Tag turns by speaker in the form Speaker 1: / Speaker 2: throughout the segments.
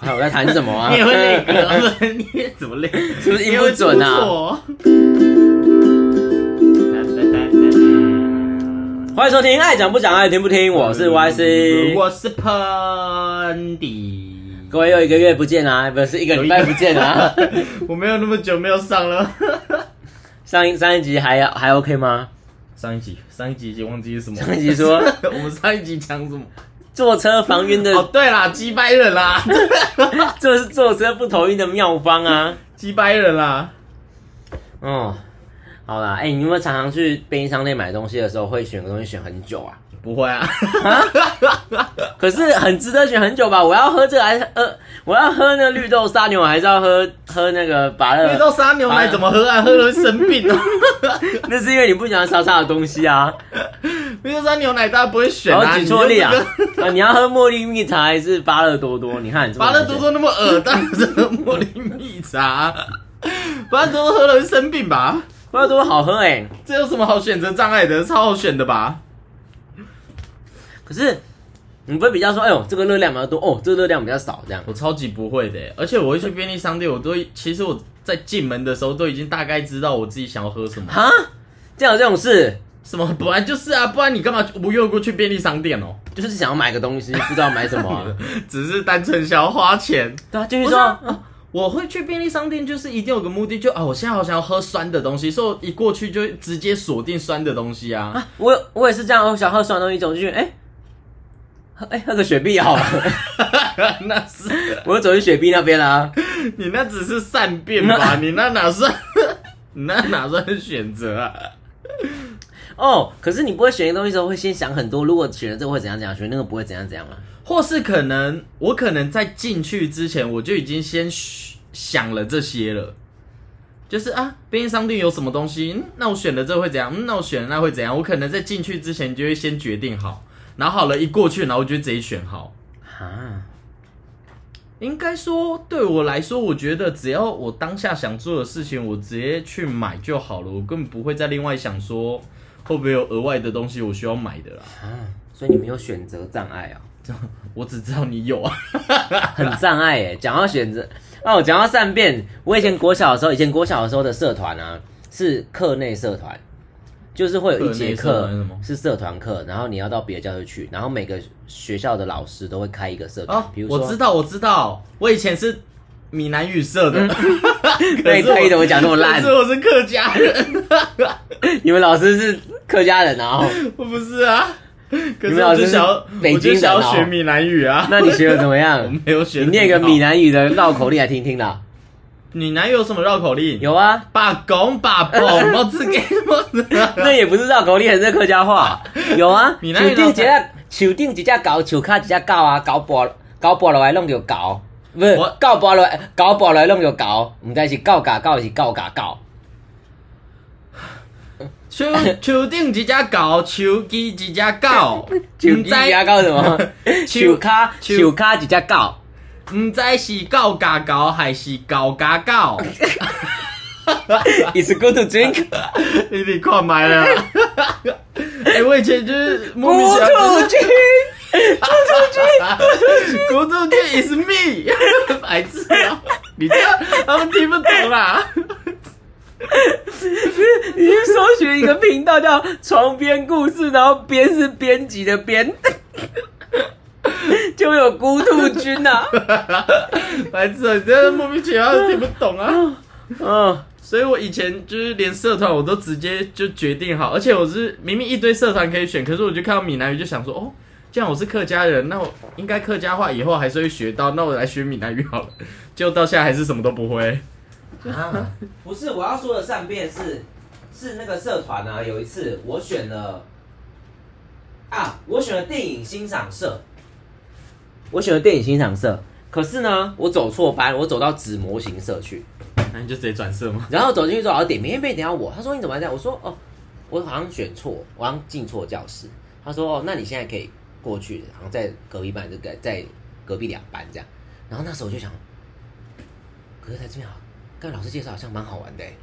Speaker 1: 看我在弹什么啊？
Speaker 2: 你也会那个，不是你也怎么累？
Speaker 1: 是不是音不准啊？欢迎收听《爱讲不讲，爱听不听》，我是 YC。
Speaker 2: 嗯我是喷迪。
Speaker 1: 各位又一个月不见啊，不是一个礼拜不见啊。
Speaker 2: 我没有那么久没有上了。
Speaker 1: 上一上一集还还 OK 吗？
Speaker 2: 上一集，上一集已经忘记是什么。
Speaker 1: 上一集说
Speaker 2: 我们上一集讲什么？
Speaker 1: 坐车防晕的，，
Speaker 2: 哦对啦，击败 人啦，
Speaker 1: 这是坐车不头晕的妙方啊。
Speaker 2: 击败人啦。
Speaker 1: 哦，好啦，哎、你有没有常常去便利商店买东西的时候，会选个东西选很久啊？
Speaker 2: 不会啊，
Speaker 1: 可是很值得选很久吧？我要喝这个还是呃，我要喝那绿豆沙牛，还是要喝喝那个芭乐？
Speaker 2: 绿豆沙牛奶怎么喝啊？喝了会生病哦。
Speaker 1: 那是因为你不喜欢沙沙的东西啊。
Speaker 2: 绿豆沙牛奶大家不会选
Speaker 1: 然
Speaker 2: 啊，
Speaker 1: 后举错例啊
Speaker 2: 你用这 个！
Speaker 1: 啊，你要喝茉莉蜜茶还是芭乐多多？你看你这么
Speaker 2: 巴乐多多那么恶，当然是喝茉莉蜜茶。巴乐多多喝了会生病吧？
Speaker 1: 芭乐多多好喝哎、
Speaker 2: 这有什么好选择障碍的？超好选的吧？
Speaker 1: 可是你不会比较说，哎呦，这个热量比较多，哦，这个热量比较少，这样
Speaker 2: 我超级不会的耶，而且我会去便利商店，我都其实我在进门的时候都已经大概知道我自己想要喝什么。
Speaker 1: 哈，这样有这种事，
Speaker 2: 什么本来就是啊，不然你干嘛无缘无故去便利商店哦？
Speaker 1: 就是想要买个东西， 不知道买什么啊、
Speaker 2: 只是单纯想要花钱。
Speaker 1: 对啊，继续
Speaker 2: 不
Speaker 1: 说
Speaker 2: 是啊
Speaker 1: 啊，
Speaker 2: 啊我会去便利商店，就是一定有个目的，就啊，我现在好想要喝酸的东西，所以我一过去就直接锁定酸的东西啊。
Speaker 1: 我我也是这样，我想喝酸的东西，走进去，哎、喝哎、喝个雪碧好了，
Speaker 2: 那是
Speaker 1: 我就走去雪碧那边啊啦、
Speaker 2: 你那只是善变吧？ 你那哪算？你那哪算是选择啊？
Speaker 1: 哦，可是你不会选一个东西的时候会先想很多，如果选了这个会怎样怎样，选那个不会怎样怎样啊？
Speaker 2: 或是可能我可能在进去之前我就已经先嘘想了这些了，就是啊，便利商店有什么东西，嗯那我选了这会怎样？嗯，那我选了那会怎样？我可能在进去之前就会先决定好，然后好了，一过去，然后我就直接选好。
Speaker 1: 哈，
Speaker 2: 应该说，对我来说，我觉得只要我当下想做的事情，我直接去买就好了，我根本不会再另外想说会不会有额外的东西我需要买的啦。
Speaker 1: 所以你没有选择障碍啊、
Speaker 2: 我只知道你有啊，
Speaker 1: 很障碍耶。讲到选择，哦，讲到善变，我以前国小的时候，以前国小的时候的社团啊，是课内社团，就是会有一节
Speaker 2: 课内社
Speaker 1: 课
Speaker 2: 团是什么
Speaker 1: 是社团课，然后你要到别的教室去，然后每个学校的老师都会开一个社团
Speaker 2: 哦，
Speaker 1: 比如
Speaker 2: 我知
Speaker 1: 说，
Speaker 2: 道，我知道，我以前是闽南语社的，
Speaker 1: 被推的我嗯讲那么烂
Speaker 2: 可是，我是客家人，
Speaker 1: 你们老师是客家人啊、哦，
Speaker 2: 我不是啊。可
Speaker 1: 你
Speaker 2: 是
Speaker 1: 们老
Speaker 2: 我
Speaker 1: 师
Speaker 2: 就是想要，
Speaker 1: 北
Speaker 2: 我
Speaker 1: 京
Speaker 2: 就
Speaker 1: 人
Speaker 2: 想
Speaker 1: 哦
Speaker 2: 要学闽南语啊。
Speaker 1: 那你学的怎么 样？
Speaker 2: 没有学
Speaker 1: 哦你
Speaker 2: 得
Speaker 1: 念个
Speaker 2: 很好
Speaker 1: 闽，南语的绕口令来听听啦。
Speaker 2: 闽南语有什么绕口令？
Speaker 1: 有啊，
Speaker 2: 把拱把拱，我只给我
Speaker 1: 那也不是绕口令，还是客家 话。有啊，
Speaker 2: 闽南语
Speaker 1: 手顶一只
Speaker 2: 老，
Speaker 1: 手顶一只狗，手卡一只狗啊，狗跋狗跋落来弄着狗，不是
Speaker 2: 我
Speaker 1: 狗跋落来，狗跋落来弄着狗，毋知是狗咬狗还是狗咬狗。
Speaker 2: 手手顶一只狗，手机一只狗，
Speaker 1: 手顶一
Speaker 2: 唔啊
Speaker 1: 只狗啊什么？手卡
Speaker 2: 手
Speaker 1: 手卡一只 狗，
Speaker 2: 唔知是狗加狗还是狗 加狗？
Speaker 1: i s good to drink
Speaker 2: 你得看麦 了。哎、我以前就是 莫名其
Speaker 1: good
Speaker 2: 妙
Speaker 1: to
Speaker 2: 就是，
Speaker 1: drink。
Speaker 2: 国中就 is me，白 痴啊！你这样他们听不懂啦。
Speaker 1: 你去搜寻一个频道叫“床边故事”，然后“边”是编辑的“边”， 就有孤兔君 啊。
Speaker 2: 白痴、啊，你这样莫名其妙听不懂啊。
Speaker 1: 嗯，
Speaker 2: 所以我以前就是连社团我都直接就决定好，而且我是明明一堆社团可以选，可是我就看到闽南语就想说，哦，既然我是客家人，那我应该客家话以后还是会学到，那我来学闽南语好了。 结果到现在还是什么都不会。
Speaker 1: 啊，不是，我要说的善变是是那个社团啊。有一次我选了啊，我选了电影欣赏社，我选了电影欣赏社。可是呢，我走错班，我走到纸模型社去，
Speaker 2: 那你就直接转社吗？
Speaker 1: 然后走进去之后，然后点名，哎，没等到我。他说你怎么还在？我说哦，我好像选错，我好像进错教室。他说哦，那你现在可以过去，然后在隔壁班，就在在隔壁两班这样。然后那时候我就想，可是在这边好啊刚老师介绍好像蛮好玩 的欸，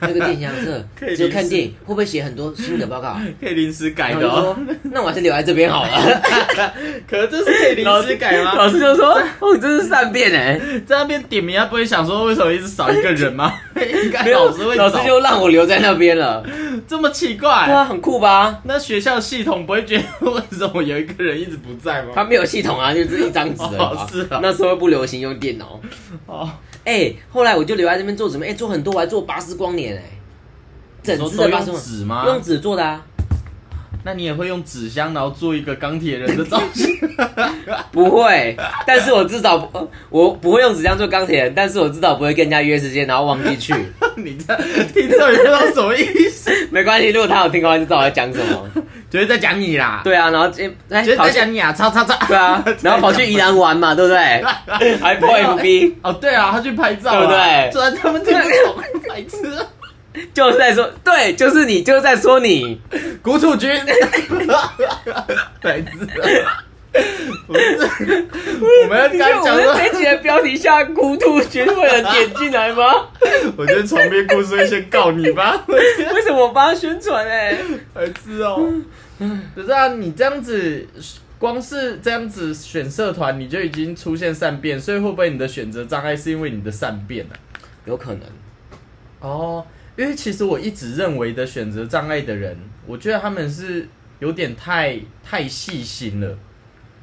Speaker 1: 那个电影相册
Speaker 2: 可以
Speaker 1: 只有啊
Speaker 2: 临
Speaker 1: 看
Speaker 2: 时
Speaker 1: 电影，会不会写很多心得报 告？啊哎
Speaker 2: 可以临时改
Speaker 1: 然后
Speaker 2: 的
Speaker 1: 就
Speaker 2: 哦。
Speaker 1: 说，那我还是留在这边好了。
Speaker 2: 可是这是可以临时改 吗？
Speaker 1: 老师就说，哦，你真是善变哎。
Speaker 2: 在那边点名，他不会想说为什么一直少一个人 吗？应该
Speaker 1: 没有
Speaker 2: 老师会
Speaker 1: 老师
Speaker 2: 找
Speaker 1: 就让我留在那边 了。
Speaker 2: 这么奇
Speaker 1: 对
Speaker 2: 怪。
Speaker 1: 啊，很酷吧？
Speaker 2: 那学校系统不会觉得为什么有一个人一直不在吗？
Speaker 1: 他没有系统 啊，就是一张纸而已嘛
Speaker 2: 哦是啊
Speaker 1: 那时候不流行用电脑。
Speaker 2: 哦，
Speaker 1: 哎、后来我就留在这边做什么？哎、做很多，我还做巴斯光年哎、整只的
Speaker 2: 你
Speaker 1: 巴斯光
Speaker 2: 说都用纸吗？
Speaker 1: 用纸做的啊，
Speaker 2: 那你也会用纸箱，然后做一个钢铁人的造 型？
Speaker 1: 不会。但是我至少 不我不会用纸箱做钢铁人，但是我至少不会跟人家约时间，然后忘 记去。
Speaker 2: 你这听众也不知道什么意思，
Speaker 1: 没关系，如果他有听的话，就知道我在讲什么。
Speaker 2: 就是在讲你啦，
Speaker 1: 对啊，然后哎、哎
Speaker 2: 就是
Speaker 1: 跑
Speaker 2: 在
Speaker 1: 去
Speaker 2: 讲你啊，叉叉叉。
Speaker 1: 对 啊，然后跑去宜兰玩嘛，对不对？还破 FB。
Speaker 2: 哦，对啊，他去拍照啊，
Speaker 1: 对不对
Speaker 2: 虽然他们听不懂，白痴啊。
Speaker 1: 就是在说，对，就是你，就是在说你，
Speaker 2: 古楚君，白痴啊。不是，我们要
Speaker 1: 你
Speaker 2: 刚
Speaker 1: 觉 得我
Speaker 2: 讲
Speaker 1: 们
Speaker 2: 说
Speaker 1: 这，一集的标题下孤兔君为了点进来吗？
Speaker 2: 我觉得床边故事会先告你吧，
Speaker 1: 为什么我帮他宣传哎、
Speaker 2: 白痴哦。不是啊，你这样子，光是这样子选社团，你就已经出现善变，所以会不会你的选择障碍是因为你的善变啊？
Speaker 1: 有可能，
Speaker 2: 哦，因为其实我一直认为的选择障碍的人，我觉得他们是有点太太细心了，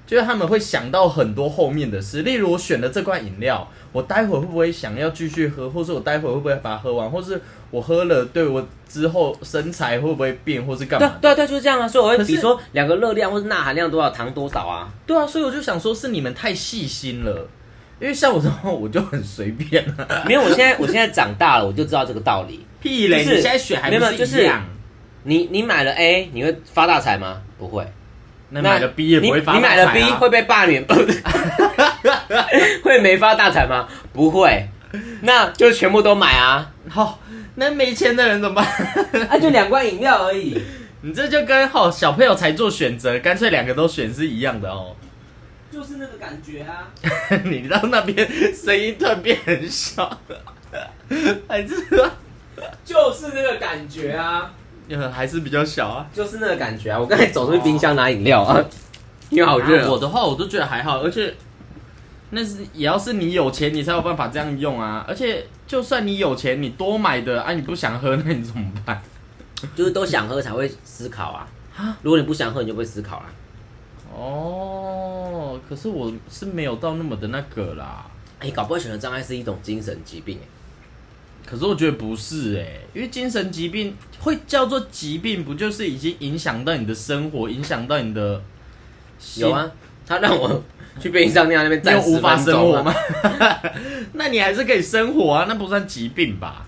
Speaker 2: 就是他们会想到很多后面的事，例如我选了这罐饮料，我待会会不会想要继续喝，或是我待会会不会把它喝完，或是我喝了对我之后身材会不会变，或是干
Speaker 1: 对
Speaker 2: 嘛
Speaker 1: 啊
Speaker 2: 的？
Speaker 1: 对啊对啊，就是这样啊，所以我会
Speaker 2: 可是
Speaker 1: 比说两个热量或是钠含量多少，糖多少啊，
Speaker 2: 对啊，所以我就想说是你们太细心了，因为像我这种我就很随便啊，
Speaker 1: 没有，我现在我现在长大了，我就知道这个道理。
Speaker 2: 屁嘞，
Speaker 1: 就
Speaker 2: 你
Speaker 1: 是
Speaker 2: 现在选还
Speaker 1: 没有
Speaker 2: 不
Speaker 1: 就是
Speaker 2: 一样，
Speaker 1: 你你买了 A，你会发大财吗？不会。
Speaker 2: 那买了 B 也不会发
Speaker 1: 你，
Speaker 2: 大
Speaker 1: 你
Speaker 2: 财啊、
Speaker 1: 买了 B 会被罢免， 会没发大财吗？不会，那就全部都买啊。
Speaker 2: 好、那没钱的人怎么办？
Speaker 3: 啊，就两罐饮料而已。
Speaker 2: 你这就跟哦小朋友才做选择，干脆两个都选是一样的哦。
Speaker 3: 就是那个感觉啊，
Speaker 2: 你到那边声音突然变很小， 还是
Speaker 3: 就是那个感觉啊，
Speaker 2: 呃还是比较小啊。
Speaker 3: 就是那个感觉啊！我
Speaker 1: 我刚才走出冰箱拿饮料啊，因为好热、
Speaker 2: 啊我
Speaker 1: 哦。
Speaker 2: 的话我都觉得还好，而且那是也要是你有钱，你才有办法这样用啊。而且就算你有钱，你多买的啊，你不想喝，那你怎么办？
Speaker 1: 就是都想喝才会思考啊。如果你不想喝，你就不会思考啦、啊
Speaker 2: 哦，可是我是没有到那么的那个啦。
Speaker 1: 哎、搞不好选择障碍是一种精神疾病、欸
Speaker 2: 可是我觉得不是哎、因为精神疾病会叫做疾病，不就是已经影响到你的生活，影响到你的
Speaker 1: 哎有啊，他让我去便利商店那边站
Speaker 2: 又无
Speaker 1: 十
Speaker 2: 法
Speaker 1: 分
Speaker 2: 生
Speaker 1: 钟
Speaker 2: 活
Speaker 1: 啊
Speaker 2: 吗？？ 那你还是可以生活啊，那不算疾病吧？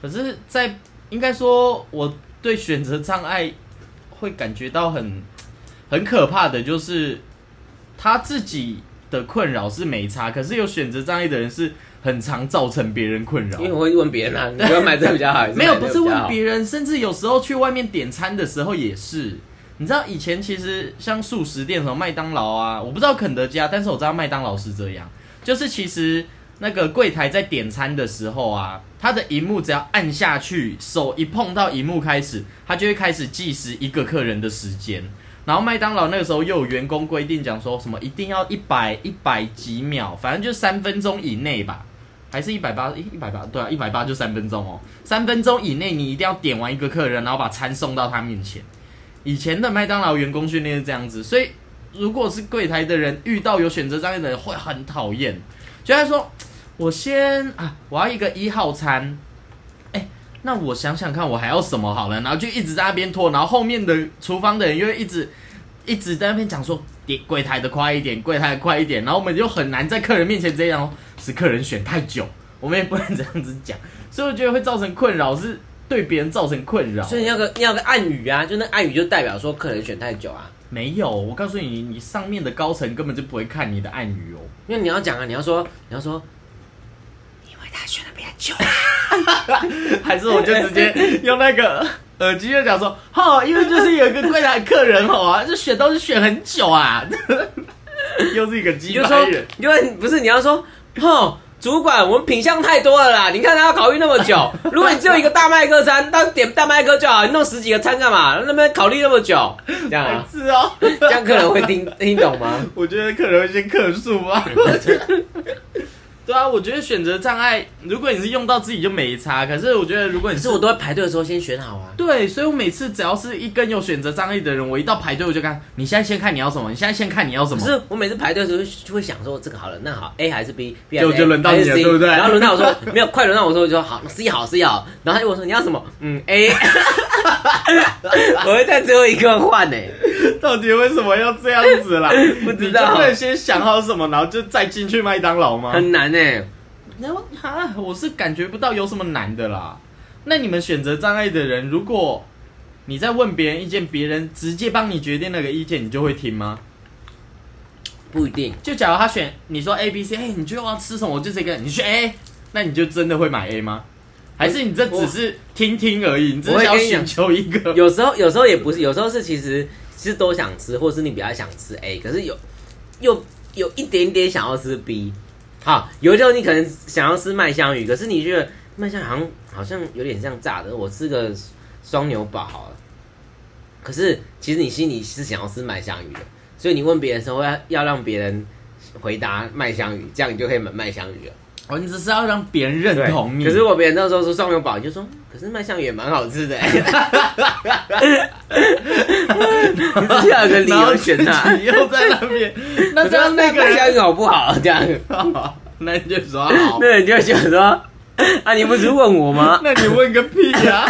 Speaker 2: 可是在，应该说，我对选择障碍会感觉到很很可怕的，就是他自己的困扰是没差，可是有选择障碍的人是很常造成别人困扰
Speaker 1: 因为。我会问别人啊，你觉得买这个比较好？还啊
Speaker 2: 没有，
Speaker 1: 买这个
Speaker 2: 不是
Speaker 1: 比较好
Speaker 2: 问别人，甚至有时候去外面点餐的时候也是。你知道以前其实像素食店什么麦当劳啊，我不知道肯德基啊，但是我知道麦当劳是这样，就是其实那个柜台在点餐的时候啊，它的荧幕只要按下去，手一碰到荧幕开始，它就会开始计时一个客人的时间。然后麦当劳那个时候又有员工规定讲说什么一定要一百一百几秒，反正就三分钟以内吧。还是一百八，一百八，对啊，一百八就三分钟哦，三分钟以内你一定要点完一个客人，然后把餐送到他面前。以前的麦当劳员工训练是这样子，所以如果是柜台的人遇到有选择障碍的人会很讨厌，就他说我先啊，我要一个一号餐，哎，那我想想看我还要什么好了，然后就一直在那边拖，然后后面的厨房的人又会一直一直在那边讲说点柜台的快一点，柜台的快一点，然后我们就很难在客人面前这样哦，是客人选太久，我们也不能这样子讲，所以我觉得会造成困扰，是对别人造成困扰。
Speaker 1: 所以你要个你要个暗语啊，就那暗语就代表说客人选太久啊，
Speaker 2: 没有，我告诉你，你上面的高层根本就不会看你的暗语哦。
Speaker 1: 因为你要讲啊，你要说你要说，因为他选的比较久啊，
Speaker 2: 还是我就直接用那个耳机就讲说，哈、因为就是有一个柜台客人哦啊，就选都是选 很久啊，又是一个
Speaker 1: 你
Speaker 2: 鸡
Speaker 1: 就
Speaker 2: 巴
Speaker 1: 说
Speaker 2: 人。
Speaker 1: 你就会不是你要说，吼，主管，我们品相太多了啦！你看他要考虑那么 久，如果你只有一个大麦克餐，当点大麦克就好，你弄十几个餐干嘛？那边考虑那么久，这样 啊？
Speaker 2: 是哦，
Speaker 1: 这样客人会听听懂吗？
Speaker 2: 我觉得可能会先客诉啊吧。对啊，我觉得选择障碍，如果你是用到自己就没差。可是我觉得，如果你
Speaker 1: 可是我都会排队的时候先选好啊。
Speaker 2: 对，所以我每次只要是一跟有选择障碍的人，我一到排队我就看，你现在先看你要什么，你现在先看你要什
Speaker 1: 可
Speaker 2: 么。
Speaker 1: 是我每次排队的时候就会想说，这个好了，那好，A 还是 B，B
Speaker 2: 就就轮到你了对不对
Speaker 1: 然后轮到我说没有，快轮到我说，我就说好，C 好，C 好。然后他就问我说你要什么？嗯，A。我会在最后一刻换呢、欸
Speaker 2: 到底为什么要这样子啦？
Speaker 1: 不知道
Speaker 2: 你就 不能先想好什么，然后就再进去麦当劳吗？
Speaker 1: 很难欸呢、
Speaker 2: 然后哈，我是感觉不到有什么难的啦。那你们选择障碍的人，如果你在问别人意见，别人直接帮你决定那个意见，你就会听吗？
Speaker 1: 不一定。
Speaker 2: 就假如他选你说 A、B、C，哎、你觉得我要吃什么，我就这个，你选 A，那你就真的会买 A 吗？还是你这只是听听而已，你只是
Speaker 1: 我
Speaker 2: 要
Speaker 1: 会跟你讲
Speaker 2: 寻求一 个？
Speaker 1: 有时候有时候也不是，有时候是其实其实都想吃，或是你比较想吃 A，可是有又有一点点想要吃 B。好，有时候你可能想要吃麦香鱼，可是你觉得麦香好像好像有点像炸的，我吃个双牛堡好了。可是其实你心里是想要吃麦香鱼的，所以你问别人的时候要要让别人回答麦香鱼，这样你就可以买麦香鱼了。
Speaker 2: 哦，你只是要让别人认
Speaker 1: 对，
Speaker 2: 同你。
Speaker 1: 可是我别人那时候说双牛堡，你就说，嗯可是麦香鱼也蛮好吃 的、你只是要有个理
Speaker 2: 然后
Speaker 1: 由
Speaker 2: 自
Speaker 1: 选 啊它。
Speaker 2: 己又在那边，
Speaker 1: 那
Speaker 2: 那这
Speaker 1: 这
Speaker 2: 样
Speaker 1: 样
Speaker 2: 那
Speaker 1: 那
Speaker 2: 个
Speaker 1: 个麦
Speaker 2: 人，
Speaker 1: 香鱼好不好？这样，
Speaker 2: 那你就说好，
Speaker 1: 那你就想说，啊，你不是问我吗？
Speaker 2: 那你问个屁呀、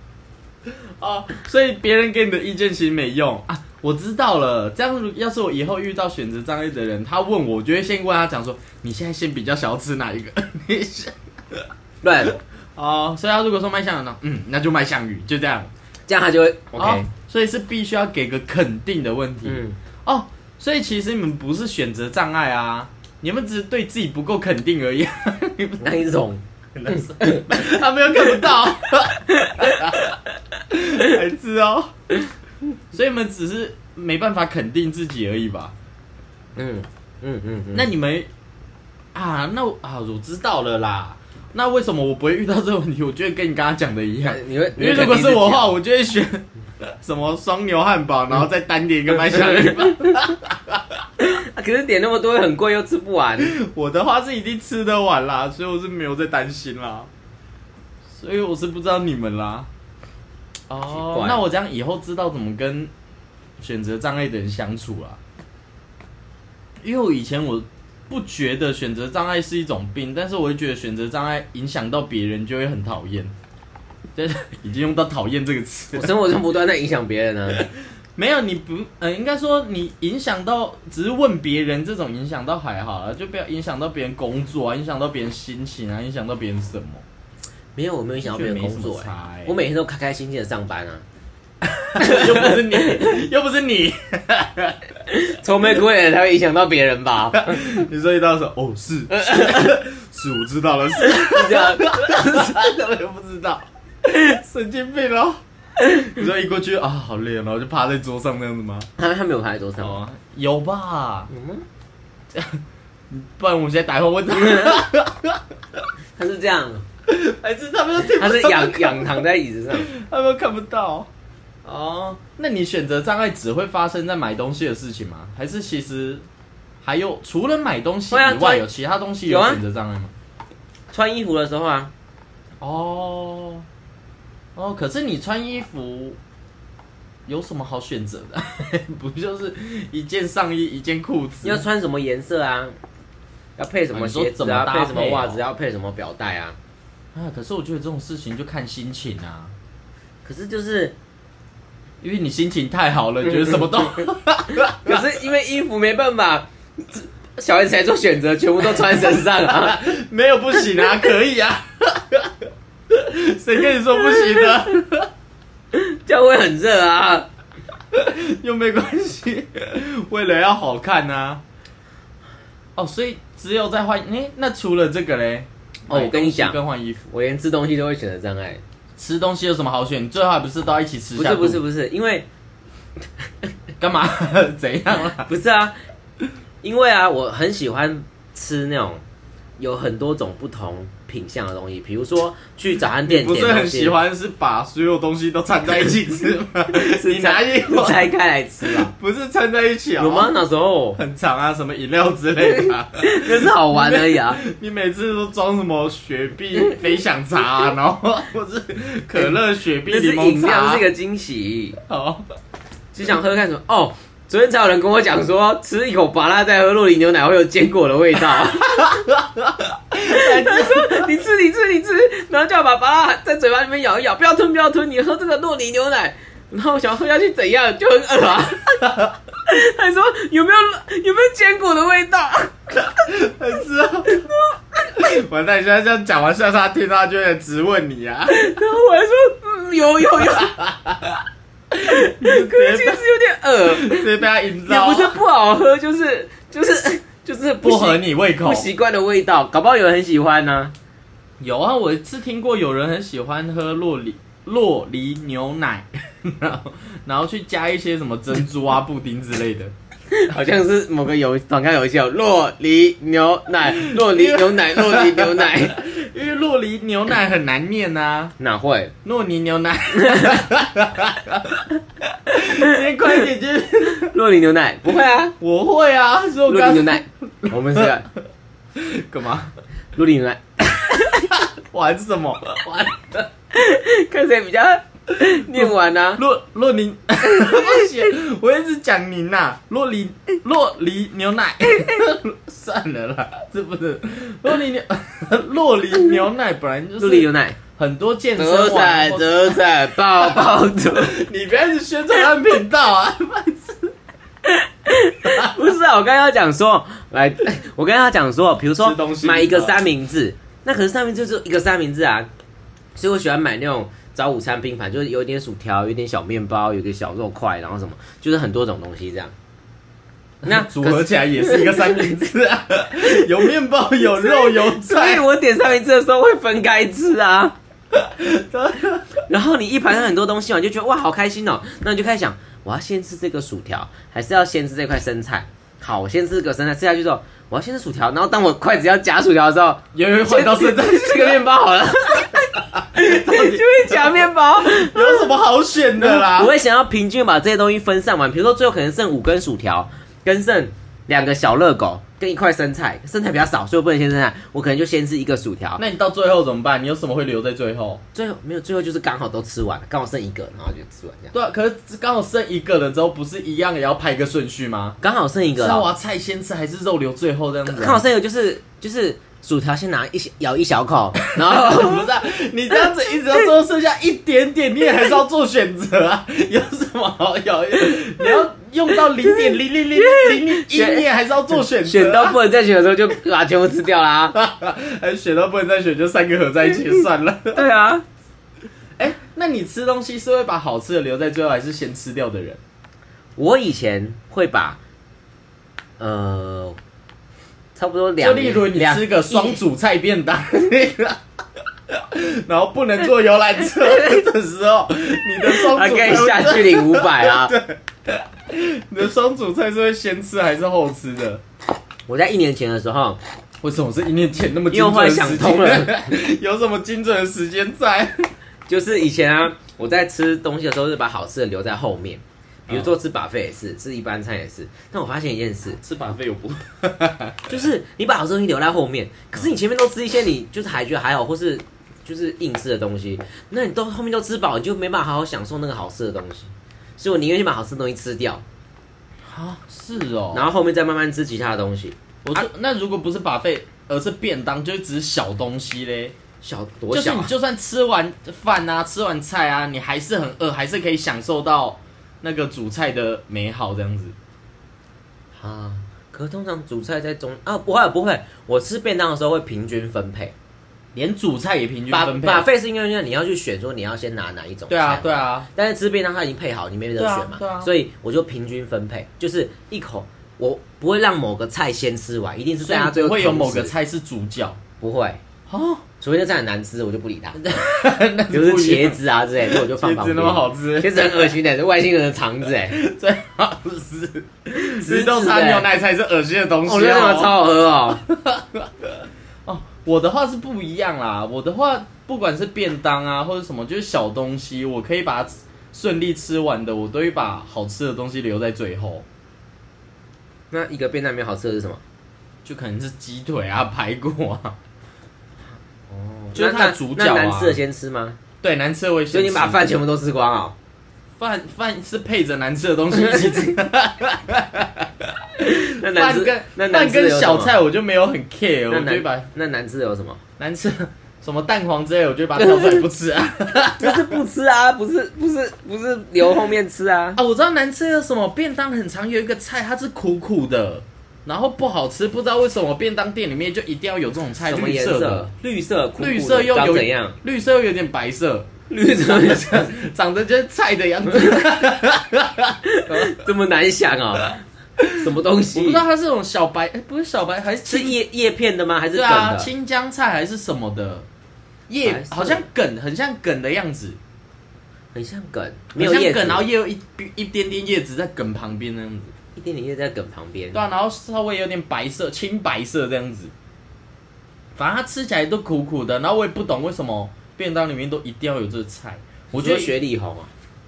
Speaker 2: 哦，所以别人给你的意见其实没用啊。我知道了，这样如要是我以后遇到选择障碍的人，他问我，我就会先跟他讲说，你现在先比较想要吃哪一个？ 你先
Speaker 1: 对，
Speaker 2: 哦，所以他如果说麦香鱼呢，嗯，那就麦香鱼，就这样。
Speaker 1: 这样他就会 OK。
Speaker 2: 哦所以是必须要给个肯定的问题。
Speaker 1: 嗯，
Speaker 2: 哦，所以其实你们不是选择障碍啊，你们只是对自己不够肯定而已。啊
Speaker 1: 嗯那一种，
Speaker 2: 他没有看不 到，孩子哦。所以你们只是没办法肯定自己而已吧？
Speaker 1: 嗯嗯嗯嗯，
Speaker 2: 那你们啊，那我啊，我知道了啦。那为什么我不会遇到这个问题？我觉得跟你刚刚讲的一样，
Speaker 1: 你会，
Speaker 2: 因为如果是我的话，
Speaker 1: 画，
Speaker 2: 我就会选什么双牛汉堡，然后再单点一个麦香鱼堡。
Speaker 1: 啊可是点那么多很贵，又吃不完。
Speaker 2: 我的话是一定吃得完啦，所以我是没有在担心啦。所以我是不知道你们啦。
Speaker 1: 奇
Speaker 2: 哦
Speaker 1: 怪
Speaker 2: 那我这样以后知道怎么跟选择障碍的人相处啦。因为我以前我不觉得选择障碍是一种病，但是我会觉得选择障碍影响到别人就会很讨厌。但是已经用到“讨厌”这个词
Speaker 1: 我
Speaker 2: 了，
Speaker 1: 生活中不断在影响别人啊。
Speaker 2: 没有你不呃，应该说你影响到只是问别人这种影响到还好啦，就不要影响到别人工作啊，影响到别人心情啊，影响到别人什么。
Speaker 1: 没有，我没有影响到别人工作
Speaker 2: 没什么差欸
Speaker 1: 哎，我每天都开开心心的上班啊。
Speaker 2: 又不是你，又不是你。
Speaker 1: 愁眉苦脸才会影响到别人吧？
Speaker 2: 你说一到时候，哦，是 是是，我知道了，是，
Speaker 1: 是这样，
Speaker 2: 我又不知道， 神经病哦。你说一过去啊，好累哦，然后就趴在桌上那样子吗？
Speaker 1: 他他没有拍桌上
Speaker 2: 哦
Speaker 1: 吗？，
Speaker 2: 有吧？
Speaker 1: 有吗？
Speaker 2: 不然我们现在打一会儿问 他，
Speaker 1: 他是这样，
Speaker 2: 还是他们都听不
Speaker 1: 他
Speaker 2: 到
Speaker 1: 是仰 仰躺在椅子上。
Speaker 2: 他们看不到。哦，那你选择障碍只会发生在买东西的事情吗？还是其实还有除了买东西
Speaker 1: 会啊
Speaker 2: 以外，
Speaker 1: 对
Speaker 2: 有其他东西
Speaker 1: 有
Speaker 2: 有
Speaker 1: 啊
Speaker 2: 选择障碍吗？
Speaker 1: 穿衣服的时候啊，
Speaker 2: 哦，哦，可是你穿衣服有什么好选择的？ 不就是一件上衣，一件裤子？
Speaker 1: 你要穿什么颜色啊？要配什么鞋子
Speaker 2: 啊
Speaker 1: 啊？配
Speaker 2: 你说怎么搭配
Speaker 1: 什
Speaker 2: 哦
Speaker 1: 么袜子？要配什么表带啊？
Speaker 2: 啊？可是我觉得这种事情就看心情啊，
Speaker 1: 可是就是，
Speaker 2: 因为你心情太好了，觉得什么都
Speaker 1: 可是因为衣服没办法，这小孩子才做选择，全部都穿身上 啊。
Speaker 2: 没有不行啊，可以啊。 谁跟你说不行啊的？
Speaker 1: 这样会很热啊。
Speaker 2: 又没关系，为了要好看啊。哦，所以只有在换，诶、那除了这个嘞，
Speaker 1: 哦我跟你讲
Speaker 2: 买东西跟换衣服，
Speaker 1: 我连吃东西都会选择障碍。
Speaker 2: 吃东西有什么好选？你最后还不是都要一起吃
Speaker 1: 不
Speaker 2: 下
Speaker 1: 是
Speaker 2: 肚？
Speaker 1: 不是不是，因为
Speaker 2: 干嘛？ 怎样啦？
Speaker 1: 啊不是啊，因为啊，我很喜欢吃那种有很多种不同品相的东西，比如说去早餐
Speaker 2: 你
Speaker 1: 店
Speaker 2: 不
Speaker 1: 点
Speaker 2: 是
Speaker 1: 东
Speaker 2: 很
Speaker 1: 西
Speaker 2: 喜，欢是把所有东西都掺在一起吃吗？你拿一
Speaker 1: 是
Speaker 2: 碗
Speaker 1: 拆开来吃啊？
Speaker 2: 不是掺在一起啊？
Speaker 1: 有吗？？那时 候
Speaker 2: 很长啊，什么饮料之类的啊、
Speaker 1: 就是好玩而已啊。
Speaker 2: 你每次都装什么雪碧、飞享茶啊、然后 或是可乐、雪碧、
Speaker 1: 那是
Speaker 2: 柠檬
Speaker 1: 饮
Speaker 2: 茶
Speaker 1: 料
Speaker 2: 啊，
Speaker 1: 是个惊喜，
Speaker 2: 好，
Speaker 1: 就想喝看什么哦。昨天才有人跟我讲说，吃一口巴拉再喝洛梨牛奶会有坚果的味 道。他说你吃你吃你吃，然后就要把巴拉在嘴巴里面咬一咬，不要吞不要吞，你喝这个洛梨牛奶，然后我想喝下去怎样就很恶啊。 他说有没有有没有坚果的味道？
Speaker 2: 很吃啊。 完蛋，你现在这样讲完，下下听到就会质问 你啊，
Speaker 1: 然后我还说、嗯、有有有，可是其实有点恶。
Speaker 2: 直接被他引
Speaker 1: 也
Speaker 2: 到，
Speaker 1: 不是不好喝，就是就是 就是
Speaker 2: 不
Speaker 1: 习
Speaker 2: 合你胃口
Speaker 1: 不。习惯的味道，搞不好有人很喜欢呢、
Speaker 2: 有啊，我是听过有人很喜欢喝洛梨洛梨牛奶， 然后然后去加一些什么珍珠啊、布丁之类的。
Speaker 1: 好像是某个游广告游戏有哦洛梨牛奶，洛梨牛奶，洛梨牛 奶，
Speaker 2: 因为洛梨牛奶很难念啊，
Speaker 1: 哪会？
Speaker 2: 洛梨牛 奶。你快点就是，
Speaker 1: 洛梨牛奶不会啊，
Speaker 2: 我会啊，所以我
Speaker 1: 洛梨
Speaker 2: 刚
Speaker 1: 牛奶，我们是啊
Speaker 2: 干嘛？
Speaker 1: 洛梨牛奶，
Speaker 2: 玩什么？玩
Speaker 1: 看谁比较念完啊。
Speaker 2: 洛洛梨，不行，我一直讲您呐、洛梨洛梨牛奶，算了啦，这不是洛梨牛洛梨牛奶本来就
Speaker 1: 洛梨牛
Speaker 2: 是
Speaker 1: 奶，
Speaker 2: 很多健身
Speaker 1: 折
Speaker 2: 网
Speaker 1: 伞
Speaker 2: 红
Speaker 1: 折伞抱抱竹，
Speaker 2: 你不要一直宣传他们频道啊！
Speaker 1: 不是啊，我刚刚要讲说，来， 我刚刚要讲说，比如说
Speaker 2: 吃东西
Speaker 1: 买一个三明治，那可是三明治就是一个三明治啊，所以我喜欢买那种早午餐拼盘，就是有一点薯条，有一点小面包，有一个小肉块，然后什么，就是很多种东西这样。那
Speaker 2: 组合起来也是一个三明治啊，有面包，有肉，有
Speaker 1: 所以
Speaker 2: 菜，
Speaker 1: 我点三明治的时候会分开吃啊。然后你一盘上很多东西嘛，你就觉得哇好开心哦。那你就开始想，我要先吃这个薯条，还是要先吃这块生菜？好，我先吃这个生菜，吃下去之后，我要先吃薯条。然后当我筷子要夹薯条的时候，
Speaker 2: 有人换到现在，
Speaker 1: 这个面包好了，就会夹面包。
Speaker 2: 有什么好选的啦
Speaker 1: 我？会想要平均把这些东西分散完，比如说最后可能剩五根薯条，跟剩两个小热狗，跟一块生菜，生菜比较少，所以我不能先生菜，我可能就先吃一个薯条。
Speaker 2: 那你到最后怎么办？你有什么会留在最后？
Speaker 1: 最后没有，最后就是刚好都吃完了，刚好剩一个，然后就吃完这样，
Speaker 2: 对啊，可是刚好剩一个了之后，不是一样也要排个顺序吗？
Speaker 1: 刚好剩一
Speaker 2: 是
Speaker 1: 个
Speaker 2: 啊我
Speaker 1: 了，
Speaker 2: 要菜先吃还是肉留最后这样子啊？
Speaker 1: 刚好剩一个就是就是薯条先拿一小咬一小 口，然后
Speaker 2: 不是、啊，你这样子一直到最后剩下一点点，你也还是要做选择啊。 有什么好咬？你要用到零点零零零零零一，
Speaker 1: 选
Speaker 2: 你也还是要做选择、啊。
Speaker 1: 选到不能再选的时候就把它全部吃掉啦、
Speaker 2: 哎，选到不能再选，就三个合在一起算了。
Speaker 1: 对啊，
Speaker 2: 哎、那你吃东西是会把好吃的留在最后，还是先吃掉的人？
Speaker 1: 我以前会把，呃，差不多两
Speaker 2: 就例如你
Speaker 1: 两
Speaker 2: 吃个双主菜便当，然后不能坐游览车的时候，你的双
Speaker 1: 还
Speaker 2: 主
Speaker 1: 可以
Speaker 2: 菜
Speaker 1: 下去
Speaker 2: 会，
Speaker 1: 领五百啊！
Speaker 2: 你的双主菜是会先吃还是后吃的？
Speaker 1: 我在一年前的时候，
Speaker 2: 为什么是一年前那么精
Speaker 1: 因为我后来
Speaker 2: 准的
Speaker 1: 想
Speaker 2: 时
Speaker 1: 通了
Speaker 2: 间？ 有什么精准的时间在？
Speaker 1: 就是以前啊，我在吃东西的时候是把好吃的留在后面，比如说吃把费也
Speaker 2: 嗯
Speaker 1: 是，吃一般餐也是。但我发现一件事，
Speaker 2: 吃把费我不，
Speaker 1: 就是你把好吃的东西留在后面，
Speaker 2: 嗯
Speaker 1: 可是你前面都吃一些你就是还觉得还好，或是就是硬吃的东西，那你都后面都吃饱，你就没办法好好享受那个好吃的东西。所以我宁愿先把好吃的东西吃掉，
Speaker 2: 啊，是哦。
Speaker 1: 然后后面再慢慢吃其他的东西。
Speaker 2: 我说、那如果不是哦把费，而是便当，就只是小东西嘞。
Speaker 1: 小多
Speaker 2: 就是
Speaker 1: 小、
Speaker 2: 你
Speaker 1: 啊，
Speaker 2: 就算吃完饭啊，吃完菜啊，你还是很饿，还是可以享受到那个主菜的美好这样子。
Speaker 1: 啊！可是通常主菜在中啊，不会不会，我吃便当的时候会平均分配。
Speaker 2: 连主菜也平均
Speaker 1: 把
Speaker 2: 分配。
Speaker 1: 把费是因为因为你要去选说你要先拿哪一种
Speaker 2: 对啊
Speaker 1: 菜，
Speaker 2: 对啊，
Speaker 1: 但是吃便当它已经配好，你没得
Speaker 2: 对啊
Speaker 1: 选嘛，
Speaker 2: 对啊
Speaker 1: 所以我就平均分配，就是一口我不会让某个菜先吃完，一定是
Speaker 2: 所
Speaker 1: 大家
Speaker 2: 以
Speaker 1: 最
Speaker 2: 不
Speaker 1: 后
Speaker 2: 会有
Speaker 1: 同时
Speaker 2: 某个菜是主角
Speaker 1: 不会，
Speaker 2: 哦，
Speaker 1: 除非那菜很难吃，我就不理它，
Speaker 2: 那
Speaker 1: 比如
Speaker 2: 不
Speaker 1: 说
Speaker 2: 一
Speaker 1: 茄
Speaker 2: 样，
Speaker 1: 子啊之类的，我就放
Speaker 2: 茄
Speaker 1: 旁
Speaker 2: 子
Speaker 1: 边。
Speaker 2: 那么好吃，
Speaker 1: 茄子很恶心的，是外星人的肠子 哎，
Speaker 2: 最好吃。
Speaker 1: 直
Speaker 2: 吃豆
Speaker 1: 子
Speaker 2: 沙
Speaker 1: 欸
Speaker 2: 牛奶才是恶心的东西
Speaker 1: 哦哦，那个超好喝哦，
Speaker 2: 哦，我的话是不一样啦，我的话不管是便当啊或者什么，就是小东西，我可以把它顺利吃完的，我都会把好吃的东西留在最后。
Speaker 1: 那一个便当里面好吃的是什么？
Speaker 2: 就可能是鸡腿啊、排骨啊，
Speaker 1: 哦
Speaker 2: 就是它的主角啊
Speaker 1: 那难吃的先吃吗？
Speaker 2: 对，难吃的我也
Speaker 1: 所
Speaker 2: 先
Speaker 1: 以你把
Speaker 2: 吃
Speaker 1: 饭全部都吃光哦。
Speaker 2: 饭饭是配着难吃的 东西一起吃，
Speaker 1: 那难
Speaker 2: 饭
Speaker 1: 吃
Speaker 2: 跟
Speaker 1: 那难
Speaker 2: 饭
Speaker 1: 吃的有
Speaker 2: 跟
Speaker 1: 什么
Speaker 2: 小菜我就没有很 care，
Speaker 1: 那
Speaker 2: 我就会把
Speaker 1: 难那难吃的有什么？
Speaker 2: 难吃 什么蛋黄之类的，我就会把它挑出来不吃 啊。
Speaker 1: 就是不吃啊，不是不是不是留后面吃啊。
Speaker 2: 啊，我知道难吃的什么便当很常有一个菜，它是苦苦的，然后不好吃，不知道为什么便当店里面就一定要有这种菜，
Speaker 1: 什么
Speaker 2: 绿
Speaker 1: 颜
Speaker 2: 色
Speaker 1: 色
Speaker 2: 的，？
Speaker 1: 绿色，苦苦的
Speaker 2: 绿色又
Speaker 1: 长
Speaker 2: 有
Speaker 1: 怎样？
Speaker 2: 绿色又有点白色，
Speaker 1: 绿色
Speaker 2: 长得就是菜的样子。
Speaker 1: 这么难想哦，什么东
Speaker 2: 我不
Speaker 1: 西
Speaker 2: 知？道它是那种小白，哎不是小白，还是
Speaker 1: 是
Speaker 2: 青
Speaker 1: 叶叶片的吗？还是梗
Speaker 2: 对啊，
Speaker 1: 的？
Speaker 2: 青江菜还是什么的叶
Speaker 1: 白，色
Speaker 2: 好像梗，很像梗的样子，
Speaker 1: 很像梗，没
Speaker 2: 很
Speaker 1: 有叶
Speaker 2: 像
Speaker 1: 子
Speaker 2: 梗，，然后也有一一点点叶子在梗旁边那样子。
Speaker 1: 一点点叶在梗旁边
Speaker 2: 对。啊，然后稍微有点白色、青白色这样子。反正它吃起来都苦苦的，然后我也不懂为什么便当里面都一定要有这个菜。我
Speaker 1: 我
Speaker 2: 觉
Speaker 1: 觉
Speaker 2: 得
Speaker 1: 得雪里红啊，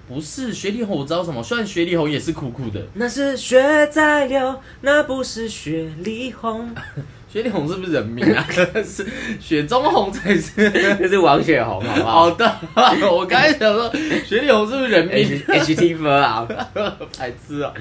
Speaker 2: 不是雪里红，我知道什么，虽然雪里红也是苦苦的，
Speaker 1: 那是雪在流，那不是雪里红，
Speaker 2: 雪里红是不是人名啊？是雪中红才是。
Speaker 1: 那是王雪红，好不
Speaker 2: 好
Speaker 1: 好
Speaker 2: 的，我刚才想说雪里红是不是人名？
Speaker 1: ？H H T F 啊，
Speaker 2: 白痴啊！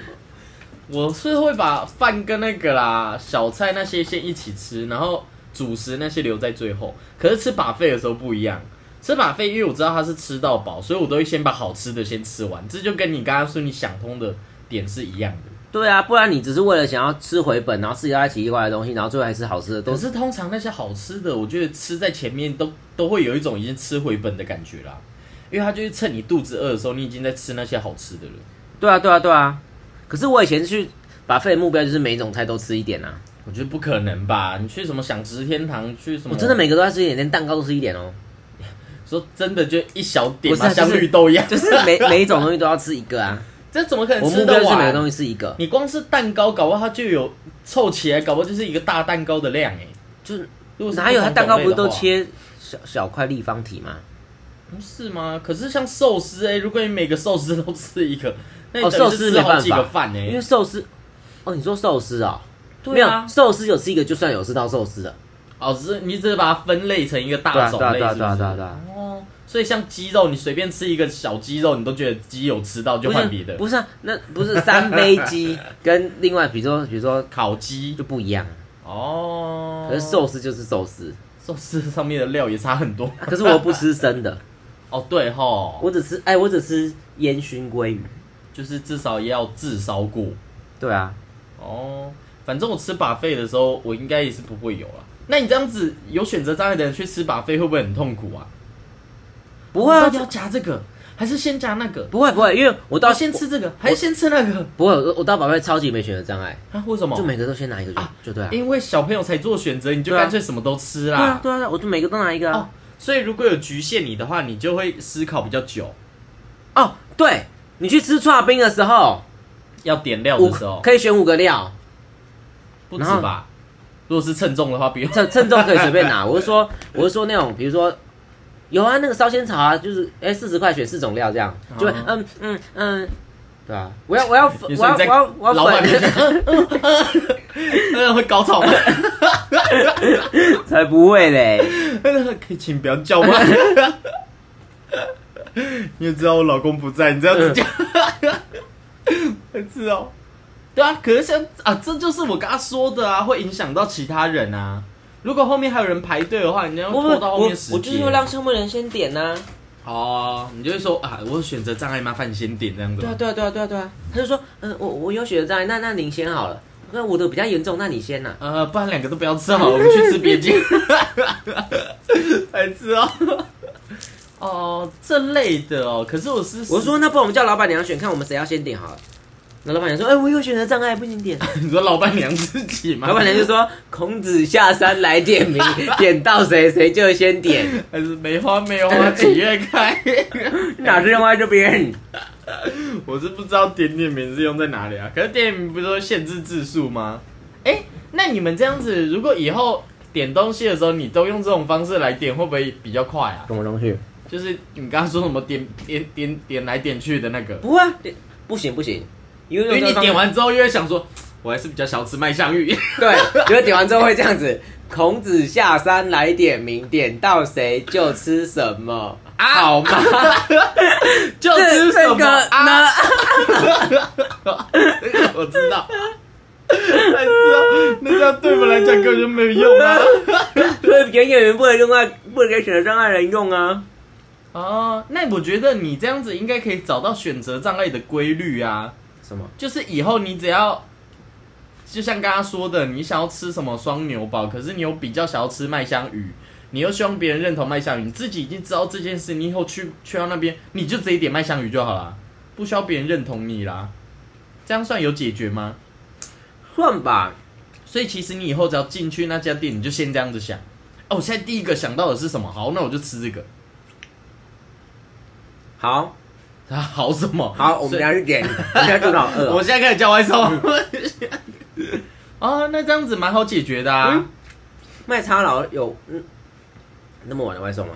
Speaker 2: 我是会把饭跟那个啦小菜那些先一起吃，然后主食那些留在最后。可是吃把费的时候不一样，吃把费因为我知道它是吃到饱，所以我都会先把好吃的先吃完。这就跟你刚刚说你想通的点是一样的。
Speaker 1: 对啊，不然你只是为了想要吃回本，然后吃其他奇奇怪怪的东西，然后最后还吃好吃的，
Speaker 2: 可
Speaker 1: 都是
Speaker 2: 是通常那些好吃的，我觉得吃在前面都都会有一种已经吃回本的感觉啦，因为它就是趁你肚子饿的时候，你已经在吃那些好吃的了。
Speaker 1: 对啊，对啊，对啊。可是我以前去把费的目标就是每种菜都吃一点啊，
Speaker 2: 我觉得不可能吧？你去什么想食天堂，去什么？
Speaker 1: 我真的每个都要吃一点，连蛋糕都吃一点哦，
Speaker 2: 说真的，就一小点
Speaker 1: 不
Speaker 2: 嘛，
Speaker 1: 是啊
Speaker 2: 像
Speaker 1: 就是
Speaker 2: 绿豆一样。
Speaker 1: 就是 每每一种东西都要吃一个啊。
Speaker 2: 这怎么可能
Speaker 1: 我
Speaker 2: 吃
Speaker 1: 目
Speaker 2: 得
Speaker 1: 标就是每个
Speaker 2: 完？
Speaker 1: 东西吃一个，
Speaker 2: 你光是蛋糕，搞不好它就有凑起来，搞不好就是一个大蛋糕的量哎。
Speaker 1: 就是
Speaker 2: 如果是
Speaker 1: 哪有
Speaker 2: 不
Speaker 1: 它
Speaker 2: 同
Speaker 1: 蛋糕
Speaker 2: 种
Speaker 1: 不
Speaker 2: 类
Speaker 1: 是
Speaker 2: 的
Speaker 1: 都
Speaker 2: 话？
Speaker 1: 切小小块立方体吗？
Speaker 2: 不是吗？可是像寿司哎，如果你每个寿司都吃一个，那你
Speaker 1: 哦
Speaker 2: 等于
Speaker 1: 寿
Speaker 2: 是
Speaker 1: 司
Speaker 2: 吃
Speaker 1: 没
Speaker 2: 好
Speaker 1: 办
Speaker 2: 几个
Speaker 1: 法
Speaker 2: 饭
Speaker 1: 因
Speaker 2: 哎
Speaker 1: 为。寿司，哦，你说寿司哦，没
Speaker 2: 对啊
Speaker 1: 有寿司有吃一个就算有吃到寿司的，
Speaker 2: 哦，只是你只是把它分类成一个大种类，是不是？
Speaker 1: 啊。
Speaker 2: 哦，所以像鸡肉，你随便吃一个小鸡肉，你都觉得鸡有吃到，就换别的
Speaker 1: 不是啊，那不是三杯鸡跟另外，比如说比如说
Speaker 2: 烤鸡
Speaker 1: 就不一样，
Speaker 2: 哦。
Speaker 1: 可是寿司就是寿司，啊
Speaker 2: 寿司上面的料也差很多
Speaker 1: 可是我又不吃生 的，
Speaker 2: 哦。对吼，
Speaker 1: 我只吃哎，我只吃烟熏鲑鱼。
Speaker 2: 就是至少也要炙烧过
Speaker 1: 对啊，
Speaker 2: 哦。反正我吃把费的时候，我应该也是不会有啦。那你这样子有选择障碍的人去吃把费，会不会很痛苦啊？
Speaker 1: 不会啊
Speaker 2: 到底，要夹这个，还是先夹那个？
Speaker 1: 不会不会，因为我
Speaker 2: 我
Speaker 1: 到
Speaker 2: 先吃这个，还是先吃那个？
Speaker 1: 不会，我我到宝贝超级没选择障碍，
Speaker 2: 啊，为什么
Speaker 1: 就？每个都先拿一个就
Speaker 2: 啊
Speaker 1: 哦就对啊。
Speaker 2: 因为小朋友才做选择，你就
Speaker 1: 对啊
Speaker 2: 干脆什么都吃
Speaker 1: 对啊
Speaker 2: 啦。
Speaker 1: 对啊，对啊我就每个都拿一个
Speaker 2: 哦
Speaker 1: 啊。，
Speaker 2: 所以如果有局限你的话，你就会思考比较久，
Speaker 1: 哦，对你去吃串冰的时候，
Speaker 2: 要点料
Speaker 1: 五
Speaker 2: 的时候
Speaker 1: 可以选五个料，
Speaker 2: 不止
Speaker 1: 然后
Speaker 2: 吧？如果是称重的话，不用。
Speaker 1: 称称重可以随便拿。我是说，我是说那种，比如说。有啊，那个烧仙草啊，就是哎，四十块选四种料这样，就会
Speaker 2: 哦
Speaker 1: 嗯嗯嗯，对啊，我要我要粉我
Speaker 2: 你说
Speaker 1: 要
Speaker 2: 你在
Speaker 1: 我要我
Speaker 2: 老
Speaker 1: 要
Speaker 2: 板
Speaker 1: 粉，
Speaker 2: 面 前， 嗯嗯嗯嗯会高潮吗？
Speaker 1: 才不会嘞，
Speaker 2: 可以请不要叫吗？ 你也知道我老公不在，你这样
Speaker 1: 嗯
Speaker 2: 子讲，很知道。对啊，可是像啊，这就是我刚刚说的啊，会影响到其他人啊。如果后面还有人排队的话，你要
Speaker 1: 我
Speaker 2: 拖
Speaker 1: 我
Speaker 2: 到
Speaker 1: 我
Speaker 2: 后
Speaker 1: 我
Speaker 2: 面时间。
Speaker 1: 就是会让消费人先点呐、
Speaker 2: 哦，你就会说啊，我有选择障碍，麻烦你先点这样子
Speaker 1: 对。啊，对啊，对啊，对啊，对啊。他就说，嗯，我我有血的障碍，那那您先好了。那我的比较严重，那你先呐、
Speaker 2: 呃，不然两个都不要吃好了，我们去吃别间， 白痴哦。哦，这类的哦，可是我是
Speaker 1: 我说，那不然我们叫老板娘选，看我们谁要先点好了。那老板娘说，哎、我有选择障碍，不能点。
Speaker 2: 你说老板娘自己吗？
Speaker 1: 老板娘就说，孔子下山来点名，点到谁谁就先点，
Speaker 2: 还是梅花梅花 几月开？
Speaker 1: 哪是用在这边？
Speaker 2: 我是不知道点点名是用在哪里啊。可是点点名不是说限制字数吗？哎、那你们这样子，如果以后点东西的时候，你都用这种方式来点，会不会比较快啊？
Speaker 1: 什么东西？
Speaker 2: 就是你刚刚说什么点点点点来点去的那个，
Speaker 1: 不啊，不行不行，因为
Speaker 2: 因
Speaker 1: 这
Speaker 2: 为
Speaker 1: 个
Speaker 2: 你
Speaker 1: 方
Speaker 2: 点完之后又会想说，我还是比较想吃麦香玉。
Speaker 1: 对，因为点完之后会这样子。孔子下山来点名，点到谁就吃什么，
Speaker 2: 啊
Speaker 1: 好吗？
Speaker 2: 就吃什
Speaker 1: 这
Speaker 2: 么
Speaker 1: 个
Speaker 2: 啊？
Speaker 1: 呢？
Speaker 2: 这个 我知道，但是那这样对我们来讲根本就没有用啊！
Speaker 1: 所以给演员不能用啊，不能给选择障碍人用啊。
Speaker 2: 哦，那我觉得你这样子应该可以找到选择障碍的规律啊，
Speaker 1: 什么？
Speaker 2: 就是以后你只要。就像刚刚说的，你想要吃什么双牛堡，可是你有比较想要吃麦香鱼，你又希望别人认同麦香鱼，你自己已经知道这件事，你以后去去到那边，你就直接点麦香鱼就好啦，不需要别人认同你啦，这样算有解决吗？
Speaker 1: 算吧，
Speaker 2: 所以其实你以后只要进去那家店，你就先这样子想。哦，我现在第一个想到的是什么？好，那我就吃这个。
Speaker 1: 好
Speaker 2: 啊，好什么？
Speaker 1: 好，我们
Speaker 2: 所
Speaker 1: 等
Speaker 2: 以
Speaker 1: 一下去点，我现在肚子好饿、
Speaker 2: 我
Speaker 1: 哦。
Speaker 2: 现在开始叫外送。 哦，那这样子蛮好解决的啊。
Speaker 1: 嗯麦差佬有嗯那么晚的外送吗？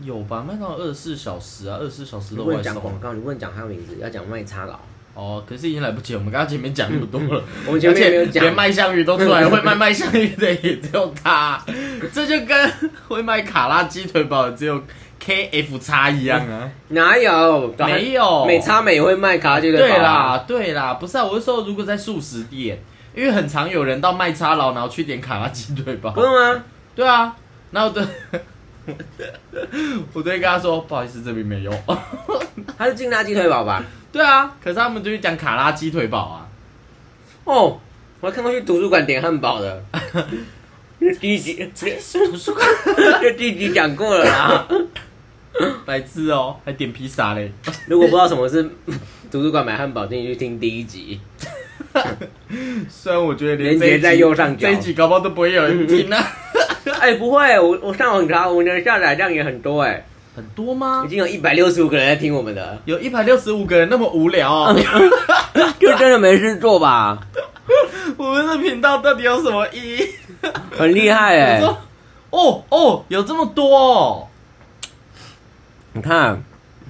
Speaker 2: 有吧？麦当劳二十四小时啊，二十四小时
Speaker 1: 你
Speaker 2: 都有
Speaker 1: 不能
Speaker 2: 外
Speaker 1: 讲广
Speaker 2: 送。啊
Speaker 1: 告，你不能讲他的名字，要讲麦差佬。
Speaker 2: 哦，可是已经来不及了，我们刚刚前面讲那么多了，
Speaker 1: 嗯我们前面
Speaker 2: 而
Speaker 1: 没有
Speaker 2: 且
Speaker 1: 讲嗯
Speaker 2: 连卖香鱼都出来，会卖卖香鱼的也只有他，这就跟会卖卡拉鸡腿堡的只有 KF 叉一样啊。
Speaker 1: 哪有？
Speaker 2: 没有
Speaker 1: 美差美会卖卡拉鸡腿堡
Speaker 2: 对
Speaker 1: 啊，
Speaker 2: 啦，对啦，不是啊，我是说，如果在素食店，因为很常有人到麦差佬，然后去点卡拉鸡腿堡
Speaker 1: 不。是吗？
Speaker 2: 对啊，然后我对，我都会跟他说，不好意思，这边没有。
Speaker 1: 他是劲辣鸡腿堡 吧？
Speaker 2: 对啊，可是他们就是讲卡拉鸡腿堡 啊。
Speaker 1: 哦，我还看过去图书馆点汉堡 的。第一集，
Speaker 2: 图书馆
Speaker 1: 这第一集讲过了啦。
Speaker 2: 白痴哦，还点披萨嘞。
Speaker 1: 如果不知道什么是图书馆买汉堡，建议去听第一集。
Speaker 2: 虽然我觉得连
Speaker 1: 连
Speaker 2: 这一
Speaker 1: 接
Speaker 2: 集
Speaker 1: 在右上角
Speaker 2: 这一集搞不好都不会有人听啊。
Speaker 1: 哎、不会，我我上网查，我们的下载量也很多哎，
Speaker 2: 很多吗
Speaker 1: 已？经有一百六十五个人在听我们 的，
Speaker 2: 有一百六十五个人那么无 聊、哦，
Speaker 1: 就真的没事做吧？
Speaker 2: 我们的频道到底有什么意义？
Speaker 1: 很厉害
Speaker 2: 我
Speaker 1: 哎！
Speaker 2: 说，哦哦，有这么多、哦。
Speaker 1: 你看，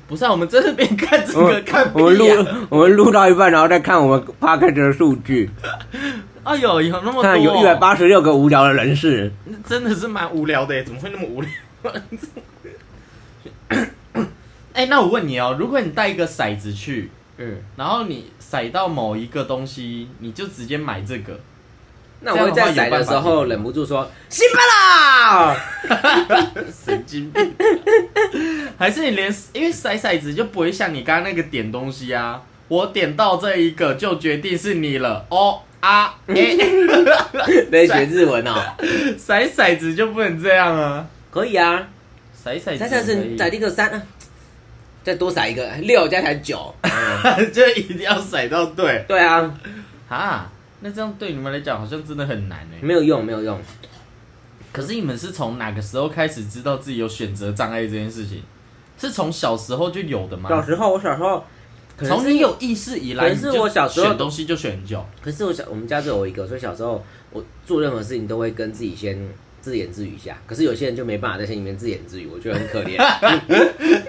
Speaker 2: 不是、啊，我们在这边看这
Speaker 1: 我
Speaker 2: 个
Speaker 1: 们
Speaker 2: 看
Speaker 1: 嗯我们
Speaker 2: 屁啊！
Speaker 1: 录我们录到一半，然后再看我们 p o d 的数据，
Speaker 2: 哎呦，有那么多、哦
Speaker 1: 看有一百，八十六个无聊的人士。
Speaker 2: 那真的是蛮无聊的耶，怎么会那么无聊？ 哎、那我问你哦，如果你带一个骰子去，
Speaker 1: 嗯，
Speaker 2: 然后你骰到某一个东西，你就直接买这个，
Speaker 1: 那我会在甩的时
Speaker 2: 这样的话有办法
Speaker 1: 候
Speaker 2: 吗
Speaker 1: 忍不住说“辛巴啦。
Speaker 2: 神经病！ 还是你连因为骰骰子就不会像你刚刚那个点东西啊，我点到这一个就决定是你了哦啊哎，欸”
Speaker 1: 在学日文 哦，
Speaker 2: 骰骰子就不能这样啊。
Speaker 1: 可以啊。
Speaker 2: 骰骰
Speaker 1: 再再是甩第个三啊，再多甩一个六，加起来九。
Speaker 2: 就一定要甩到对
Speaker 1: 对啊，
Speaker 2: 啊。那这样对你们来讲好像真的很难哎。
Speaker 1: 没有用，没有用。
Speaker 2: 可是你们是从哪个时候开始知道自己有选择障碍这件事情？是从小时候就有的
Speaker 1: 小
Speaker 2: 吗？
Speaker 1: 时候，我小时候，可能
Speaker 2: 从
Speaker 1: 是
Speaker 2: 你有意识以
Speaker 1: 可
Speaker 2: 来，
Speaker 1: 能
Speaker 2: 你
Speaker 1: 是
Speaker 2: 就
Speaker 1: 我小时候
Speaker 2: 选东西就选很久。
Speaker 1: 可是我小我们家只有我一个，所以小时候我做任何事情都会跟自己先自言自语一下。可是有些人就没办法在心里面自言自语，我觉得很可怜。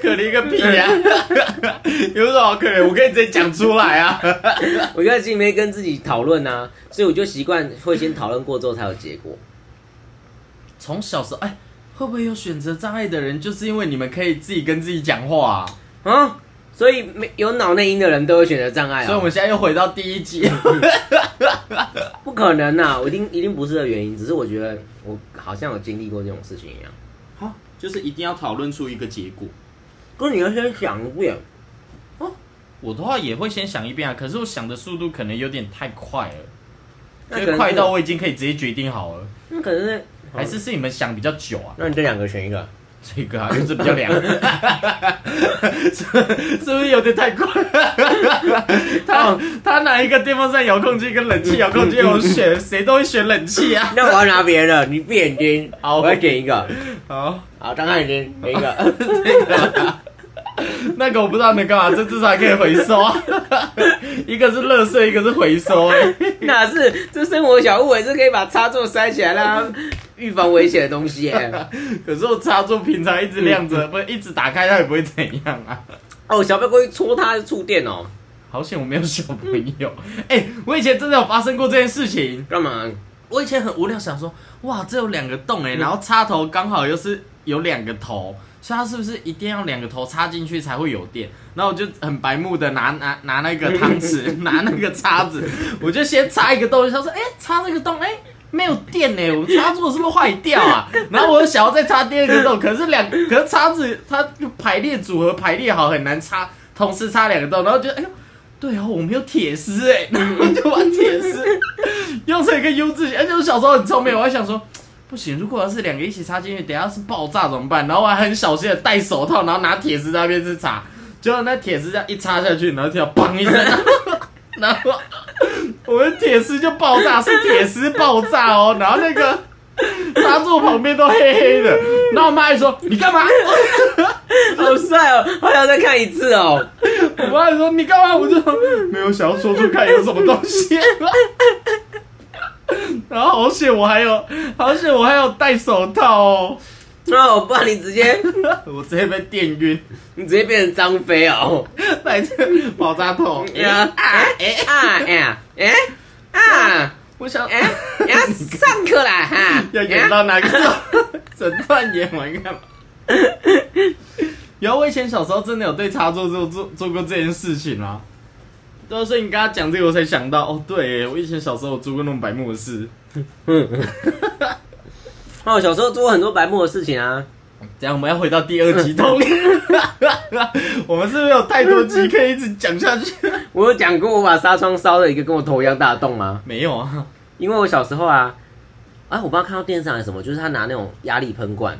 Speaker 2: 可怜个屁呀、有什么好可怜？我可以直接讲出来啊！
Speaker 1: 我就在心里面跟自己讨论啊，所以我就习惯会先讨论过之后才有结果。
Speaker 2: 从小时候，哎，会不会有选择障碍的人，就是因为你们可以自己跟自己讲话、啊？
Speaker 1: 啊，所以没有脑内因的人都有选择障碍
Speaker 2: 所以
Speaker 1: 啊、
Speaker 2: 我们现在又回到第一集。
Speaker 1: 不可能啊，我一定一定不是的原因，只是我觉得我好像有经历过这种事情一样。
Speaker 2: 好，就是一定要讨论出一个结果。
Speaker 1: 可是你要先想一遍，
Speaker 2: 我的话也会先想一遍啊，可是我想的速度可能有点太快了，
Speaker 1: 那
Speaker 2: 就
Speaker 1: 可能
Speaker 2: 是快到
Speaker 1: 是
Speaker 2: 我已经可以直接决定好了，
Speaker 1: 那可能是
Speaker 2: 还是是你们想比较久啊？
Speaker 1: 那你这两个选一 个，
Speaker 2: 这个啊，因为这比较 凉，是是不是有点太快？ 他
Speaker 1: 哦
Speaker 2: 他拿一个电风扇遥控器跟冷气遥控器，我选谁都会选冷气啊。
Speaker 1: 那我要拿别的，你闭眼睛，
Speaker 2: 好
Speaker 1: 我要点一个，
Speaker 2: 好，
Speaker 1: 好，张开眼睛，点一 个，
Speaker 2: 那个我不知道能干嘛，这至少还可以回收啊。 一个是垃圾，一个是回收、欸。
Speaker 1: 哪是这生活小物也是可以把插座塞起来啦，预防危险的东西耶、
Speaker 2: 可是我插座平常一直亮着，不是一直打开，它也不会怎样啊。
Speaker 1: 哦，小朋友过去戳它的触电哦，
Speaker 2: 好险我没有小朋 友。哎、我以前真的有发生过这件事情。
Speaker 1: 干嘛？
Speaker 2: 我以前很无聊，想说，哇，这有两个洞哎、然后插头刚好又是有两个头，所以它是不是一定要两个头插进去才会有电？然后我就很白目的拿拿拿那个汤匙，拿那个叉子，我就先插一个洞，他说，哎、插这个洞，哎、没有电哎、我插座是不是坏掉啊？然后我又想要再插第二个洞，可是两，可是叉子它排列组合排列好很难插，同时插两个洞，然后觉得哎呦，对哦，我们有铁丝哎，然后就玩铁丝，用成一个 U 字形，而且我哎小时候很聪明，我还想说。不行，如果要是两个一起插进去，等一下是爆炸怎么办？然后我还很小心的戴手套，然后拿铁丝在那边去插，结果那铁丝这样一插下去，然后听到砰一声，然后我的铁丝就爆炸，是铁丝爆炸哦，然后那个插座旁边都黑黑的，然后我妈还说你干嘛？
Speaker 1: 好帅哦，好想再看一次哦。
Speaker 2: 我妈还说你干嘛？我就说没有想要说出看有什么东 西。然后好险我还有，好险我还有戴手套哦，
Speaker 1: 哦，不然你直接
Speaker 2: 我直接被电 晕，
Speaker 1: 你直接变成张飞哦。
Speaker 2: 来自爆炸头。
Speaker 1: 呀啊哎啊哎啊哎啊
Speaker 2: 我想
Speaker 1: 哎呀，上课啦哈！哎
Speaker 2: 要演到哪个 时候？整段演完干嘛？有，啊我以前小时候真的有对插座做做做过这件事情啊。对啊，所以你刚刚讲这个，我才想到哦，对耶，我以前小时候有做过那种白目的事。
Speaker 1: 嗯哦，小时候做过很多白目的事情啊。
Speaker 2: 等一下我们要回到第二集 通，我们是不是有太多集可以一直讲下去？
Speaker 1: 我有讲过我把纱窗烧了一个跟我头一样大的洞吗？
Speaker 2: 没有啊，
Speaker 1: 因为我小时候啊，啊，我不知道看到电视上还是什么，就是他拿那种压力喷罐，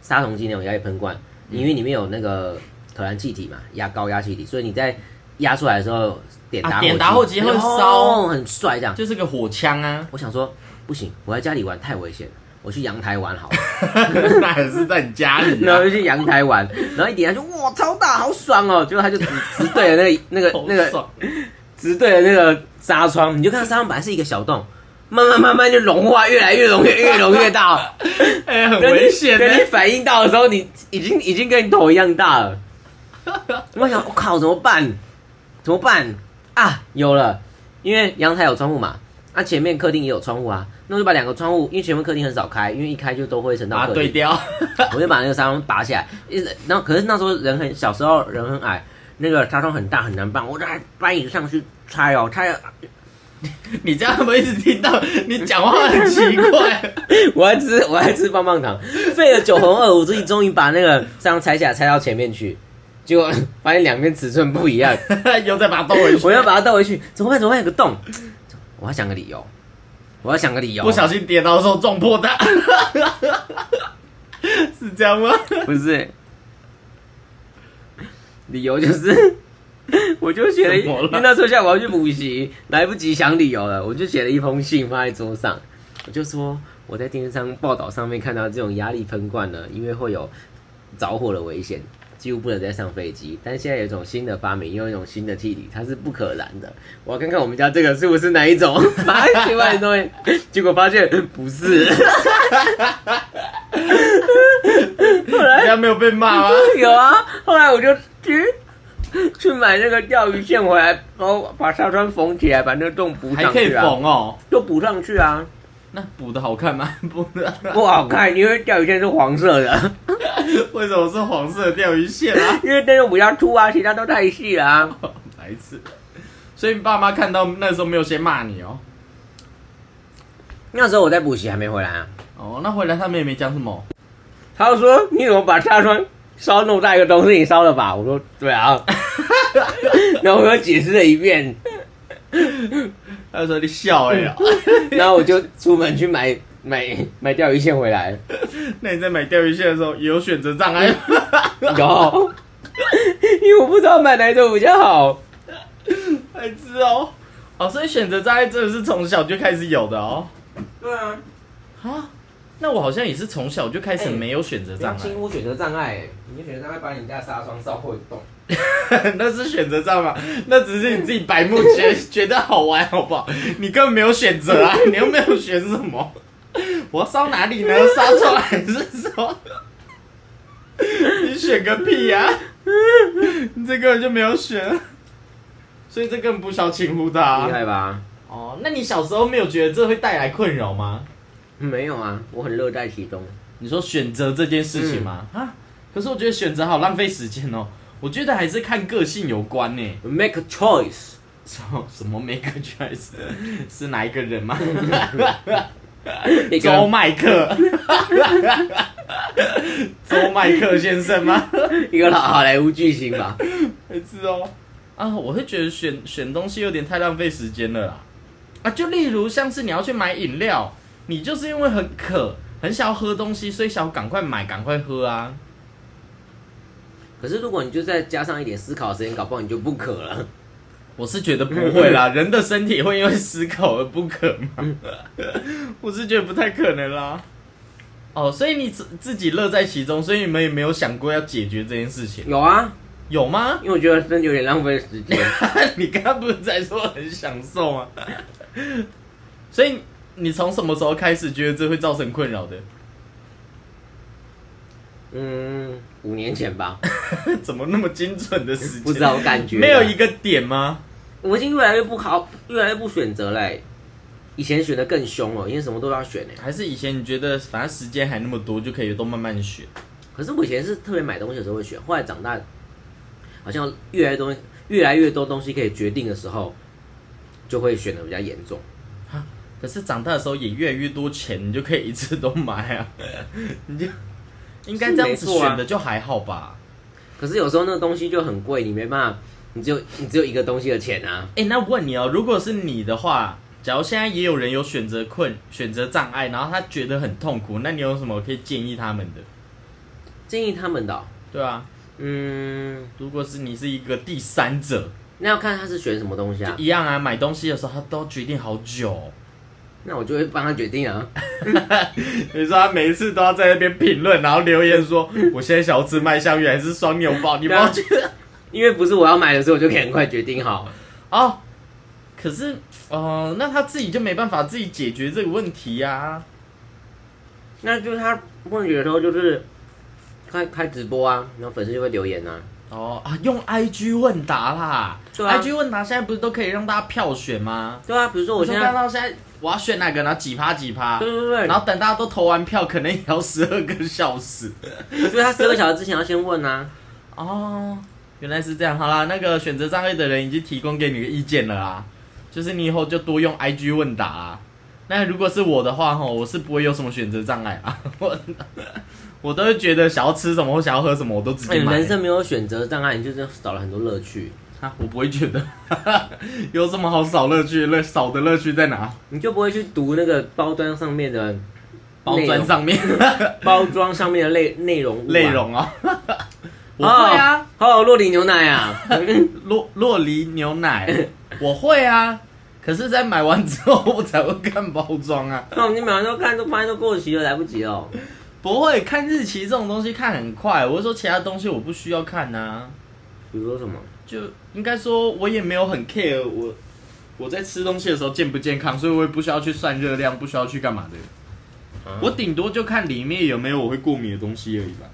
Speaker 1: 杀虫剂那种压力喷罐，
Speaker 2: 嗯
Speaker 1: 因为里面有那个可燃气体嘛，压高压气体，所以你在压出来的时候点打
Speaker 2: 啊点打火机会烧
Speaker 1: 哦很帅这样。
Speaker 2: 就是个火枪啊，
Speaker 1: 我想说，不行，我在家里玩太危险了，我去阳台玩 好了。
Speaker 2: 那还是在你家里、
Speaker 1: 然
Speaker 2: 啊
Speaker 1: 后。就去阳台玩，然后一点下去，哇，超大，好爽哦！结果他就直直对着那个那 个
Speaker 2: 好
Speaker 1: 那个
Speaker 2: 爽
Speaker 1: 直对着那个纱窗，你就看到纱窗本来是一个小洞，慢慢慢慢就融化，越来越融越越融越大。哦
Speaker 2: 哎、很
Speaker 1: 等你
Speaker 2: 危险的、
Speaker 1: 等你反应到的时候，你已经已经跟你头一样大 了。我想，我、靠，怎么办？怎么办啊？有了，因为阳台有窗户嘛，那、前面客厅也有窗户啊，那我就把两个窗户，因为前面客厅很少开，因为一开就都会沉到
Speaker 2: 把
Speaker 1: 客
Speaker 2: 它
Speaker 1: 厅
Speaker 2: 对。掉。
Speaker 1: 我就把那个纱窗拔下来，一直，然后可是那时候人很小时候人很矮，那个纱窗很大很难搬，我就还搬椅子上去拆哦，拆了，
Speaker 2: 你这样我一直听到你讲话很奇怪。
Speaker 1: 我还吃我还吃棒棒糖，费了九红二五自己终于把那个纱窗拆下来，拆到前面去，结果发现两边尺寸不一 样，
Speaker 2: 又再把它兜回去，
Speaker 1: 我要把它倒回去，怎么办？怎么办？有个洞，我要想个理由，我要想个理由，
Speaker 2: 不小心跌倒的时候撞破 它，是这样吗？
Speaker 1: 不是，理由就是，我就写了一，
Speaker 2: 怎么了
Speaker 1: 因为那时候下午我要去补习，来不及想理由了，我就写了一封信放在桌上，我就说我在电视上报道上面看到这种压力喷罐呢，因为会有着火的危险。几乎不能再上飞机，但现在有一种新的发明，又有一种新的气体，它是不可燃的。我要看看我们家这个是不是哪一种， 把它写完东西，结果发现不是。
Speaker 2: 你这样没有被骂吗？
Speaker 1: 有啊，后来我就去去买那个钓鱼线回来，然后把纱窗缝起来，把那个洞补
Speaker 2: 还
Speaker 1: 上
Speaker 2: 可以
Speaker 1: 去啊，
Speaker 2: 缝哦，
Speaker 1: 就补上去啊，
Speaker 2: 那补的好看吗？补的
Speaker 1: 不好看，因为钓鱼线是黄色 的，
Speaker 2: 为什么是黄色的钓鱼线啊？ 哦
Speaker 1: 因为那种比较粗啊，其他都太细了啊。
Speaker 2: 白痴！所以你爸妈看到那时候没有先骂你哦。
Speaker 1: 那时候我在补习还没回来啊，
Speaker 2: 哦，那回来他们也没讲什么。
Speaker 1: 他就说你怎么把纱窗烧弄大一个洞是你烧的吧？我说对 啊， 然后我又解释了一遍，
Speaker 2: 他就说你笑哎、呀，
Speaker 1: 然后我就出门去买买买钓鱼线回 来。
Speaker 2: 那你在买钓鱼线的时候也有选择障碍吗？
Speaker 1: 有， 因为我不知道买哪一种比较好。
Speaker 2: 白痴哦。哦，所以选择障碍真的是从小就开始有的哦。
Speaker 3: 对啊，
Speaker 2: 啊，那我好像也是从小就开始
Speaker 3: 哎
Speaker 2: 没有选择障
Speaker 3: 轻
Speaker 2: 碍，
Speaker 3: 忽选择障碍、你选择障碍把你家纱窗烧破一洞，
Speaker 2: 那是选择障碍，那只是你自己白目觉觉得好玩，好不好？你根本没有选择啊，你又没有选什么。我要烧哪里呢？烧出来是说，你选个屁呀、你这根本就没有选，所以这根本不需要轻忽
Speaker 1: 厉
Speaker 2: 的、啊。
Speaker 1: 害吧？
Speaker 2: 哦，那你小时候没有觉得这会带来困扰吗？
Speaker 1: 没有啊，我很乐在其中。
Speaker 2: 你说选择这件事情吗？啊、可是我觉得选择好浪费时间哦。我觉得还是看个性有关呢。
Speaker 1: Make a choice，
Speaker 2: 什么什么 make a choice 是哪一个人 吗？
Speaker 1: 一
Speaker 2: 周
Speaker 1: 个
Speaker 2: 麦 克，周麦克先生吗？
Speaker 1: 一个老好莱坞巨星吧。
Speaker 2: 没事哦。啊，我会觉得选选东西有点太浪费时间了啦。啊，就例如像是你要去买饮料，你就是因为很渴，很想要喝东西，所以想要赶快买，赶快喝啊。
Speaker 1: 可是如果你就再加上一点思考时间，搞不好你就不渴 了。
Speaker 2: 我是觉得不 会啦，人的身体会因为思考而不渴吗？我是觉得不太可能啦。哦，所以你自自己乐在其中，所以你们也没有想过要解决这件事情，
Speaker 1: 有啊，
Speaker 2: 有吗？
Speaker 1: 因为我觉得真的有点浪费时间。
Speaker 2: 你刚刚不是在说很享受吗？ 所以你从什么时候开始觉得这会造成困扰的？
Speaker 1: 嗯，五年前吧，
Speaker 2: 怎么那么精准的时间？
Speaker 1: 不知道，我感觉啊
Speaker 2: 没有一，个点吗？
Speaker 1: 我已经越来越不好，越来越不选择嘞、欸以前选的更凶了，因为什么都要选哎、
Speaker 2: 还是以前你觉得反正时间还那么多，就可以都慢慢选？
Speaker 1: 可是我以前是特别买东西的时候会选，后来长大，好像越来越多越来越多东西可以决定的时候，就会选的比较严重。
Speaker 2: 可是长大的时候也越来越多钱，你就可以一次都买啊， 你就应该这样子
Speaker 1: 是没错啊
Speaker 2: 选的就还好吧？
Speaker 1: 可是有时候那个东西就很贵，你没办法，你只有你只有一个东西的钱啊。
Speaker 2: 哎、那问你哦，如果是你的话，假如现在也有人有选择困、选择障碍，然后他觉得很痛苦，那你有什么可以建议他们的？
Speaker 1: 建议他们的哦、
Speaker 2: 对啊，
Speaker 1: 嗯，
Speaker 2: 如果是你是一个第三者，
Speaker 1: 那要看他是选什么东西啊。
Speaker 2: 一样啊，买东西的时候他都决定好久 哦、
Speaker 1: 那我就会帮他决定啊。
Speaker 2: 你说他每一次都要在那边评论，然后留言说：“我现在想要吃麦香鱼还是双牛堡？”你
Speaker 1: 对啊因为不是我要买的时候，我就可以很快决定好。
Speaker 2: 哦，可是哦、呃那他自己就没办法自己解决这个问题呀、
Speaker 1: 那就是他问你的时候，就是开开直播啊，然后粉丝就会留言啊。
Speaker 2: 哦啊，用 IG 问答啦、
Speaker 1: 对啊
Speaker 2: i g 问答现在不是都可以让大家票选吗？
Speaker 1: 对啊，比如说我
Speaker 2: 我
Speaker 1: 现
Speaker 2: 现
Speaker 1: 在
Speaker 2: 看，到现在我要选哪个，然后几趴几趴
Speaker 1: 对，对对，
Speaker 2: 然后等大家都投完票，可能也要十二个小时。
Speaker 1: 所以他十个小时之前要先问啊。
Speaker 2: 哦，原来是这样。好啦，那个选择障碍的人已经提供给你个意见了啦，就是你以后就多用 IG 问答啦。那如果是我的话，吼，我是不会有什么选择障碍啊， 我我都会觉得想要吃什么或想要喝什么，我都直
Speaker 1: 哎
Speaker 2: 接
Speaker 1: 你
Speaker 2: 买、
Speaker 1: 人生没有选择障碍，你就是少了很多乐趣，
Speaker 2: 啊，我不会觉得 有什么好少乐趣，乐少的乐趣在哪？
Speaker 1: 你就不会去读那个包装上面的
Speaker 2: 包
Speaker 1: 内
Speaker 2: 装
Speaker 1: 容
Speaker 2: 上面
Speaker 1: 包装上面的内内容物啊
Speaker 2: 内。容啊，我
Speaker 1: 哦
Speaker 2: 会啊，，
Speaker 1: 哦，洛梨牛奶啊，
Speaker 2: 洛洛梨牛奶，我会啊，可是，在买完之后我才会看包装啊。
Speaker 1: 那我们就每晚都看，都发现都过期了，来不及了。
Speaker 2: 不会看日期这种东西看很快，我是说其他东西我不需要看呐、
Speaker 1: 比如说什么？
Speaker 2: 就应该说我也没有很 care 我我在吃东西的时候健不健康，所以我也不需要去算热量，不需要去干嘛的。
Speaker 1: 啊
Speaker 2: 我顶多就看里面有没有我会过敏的东西而已吧。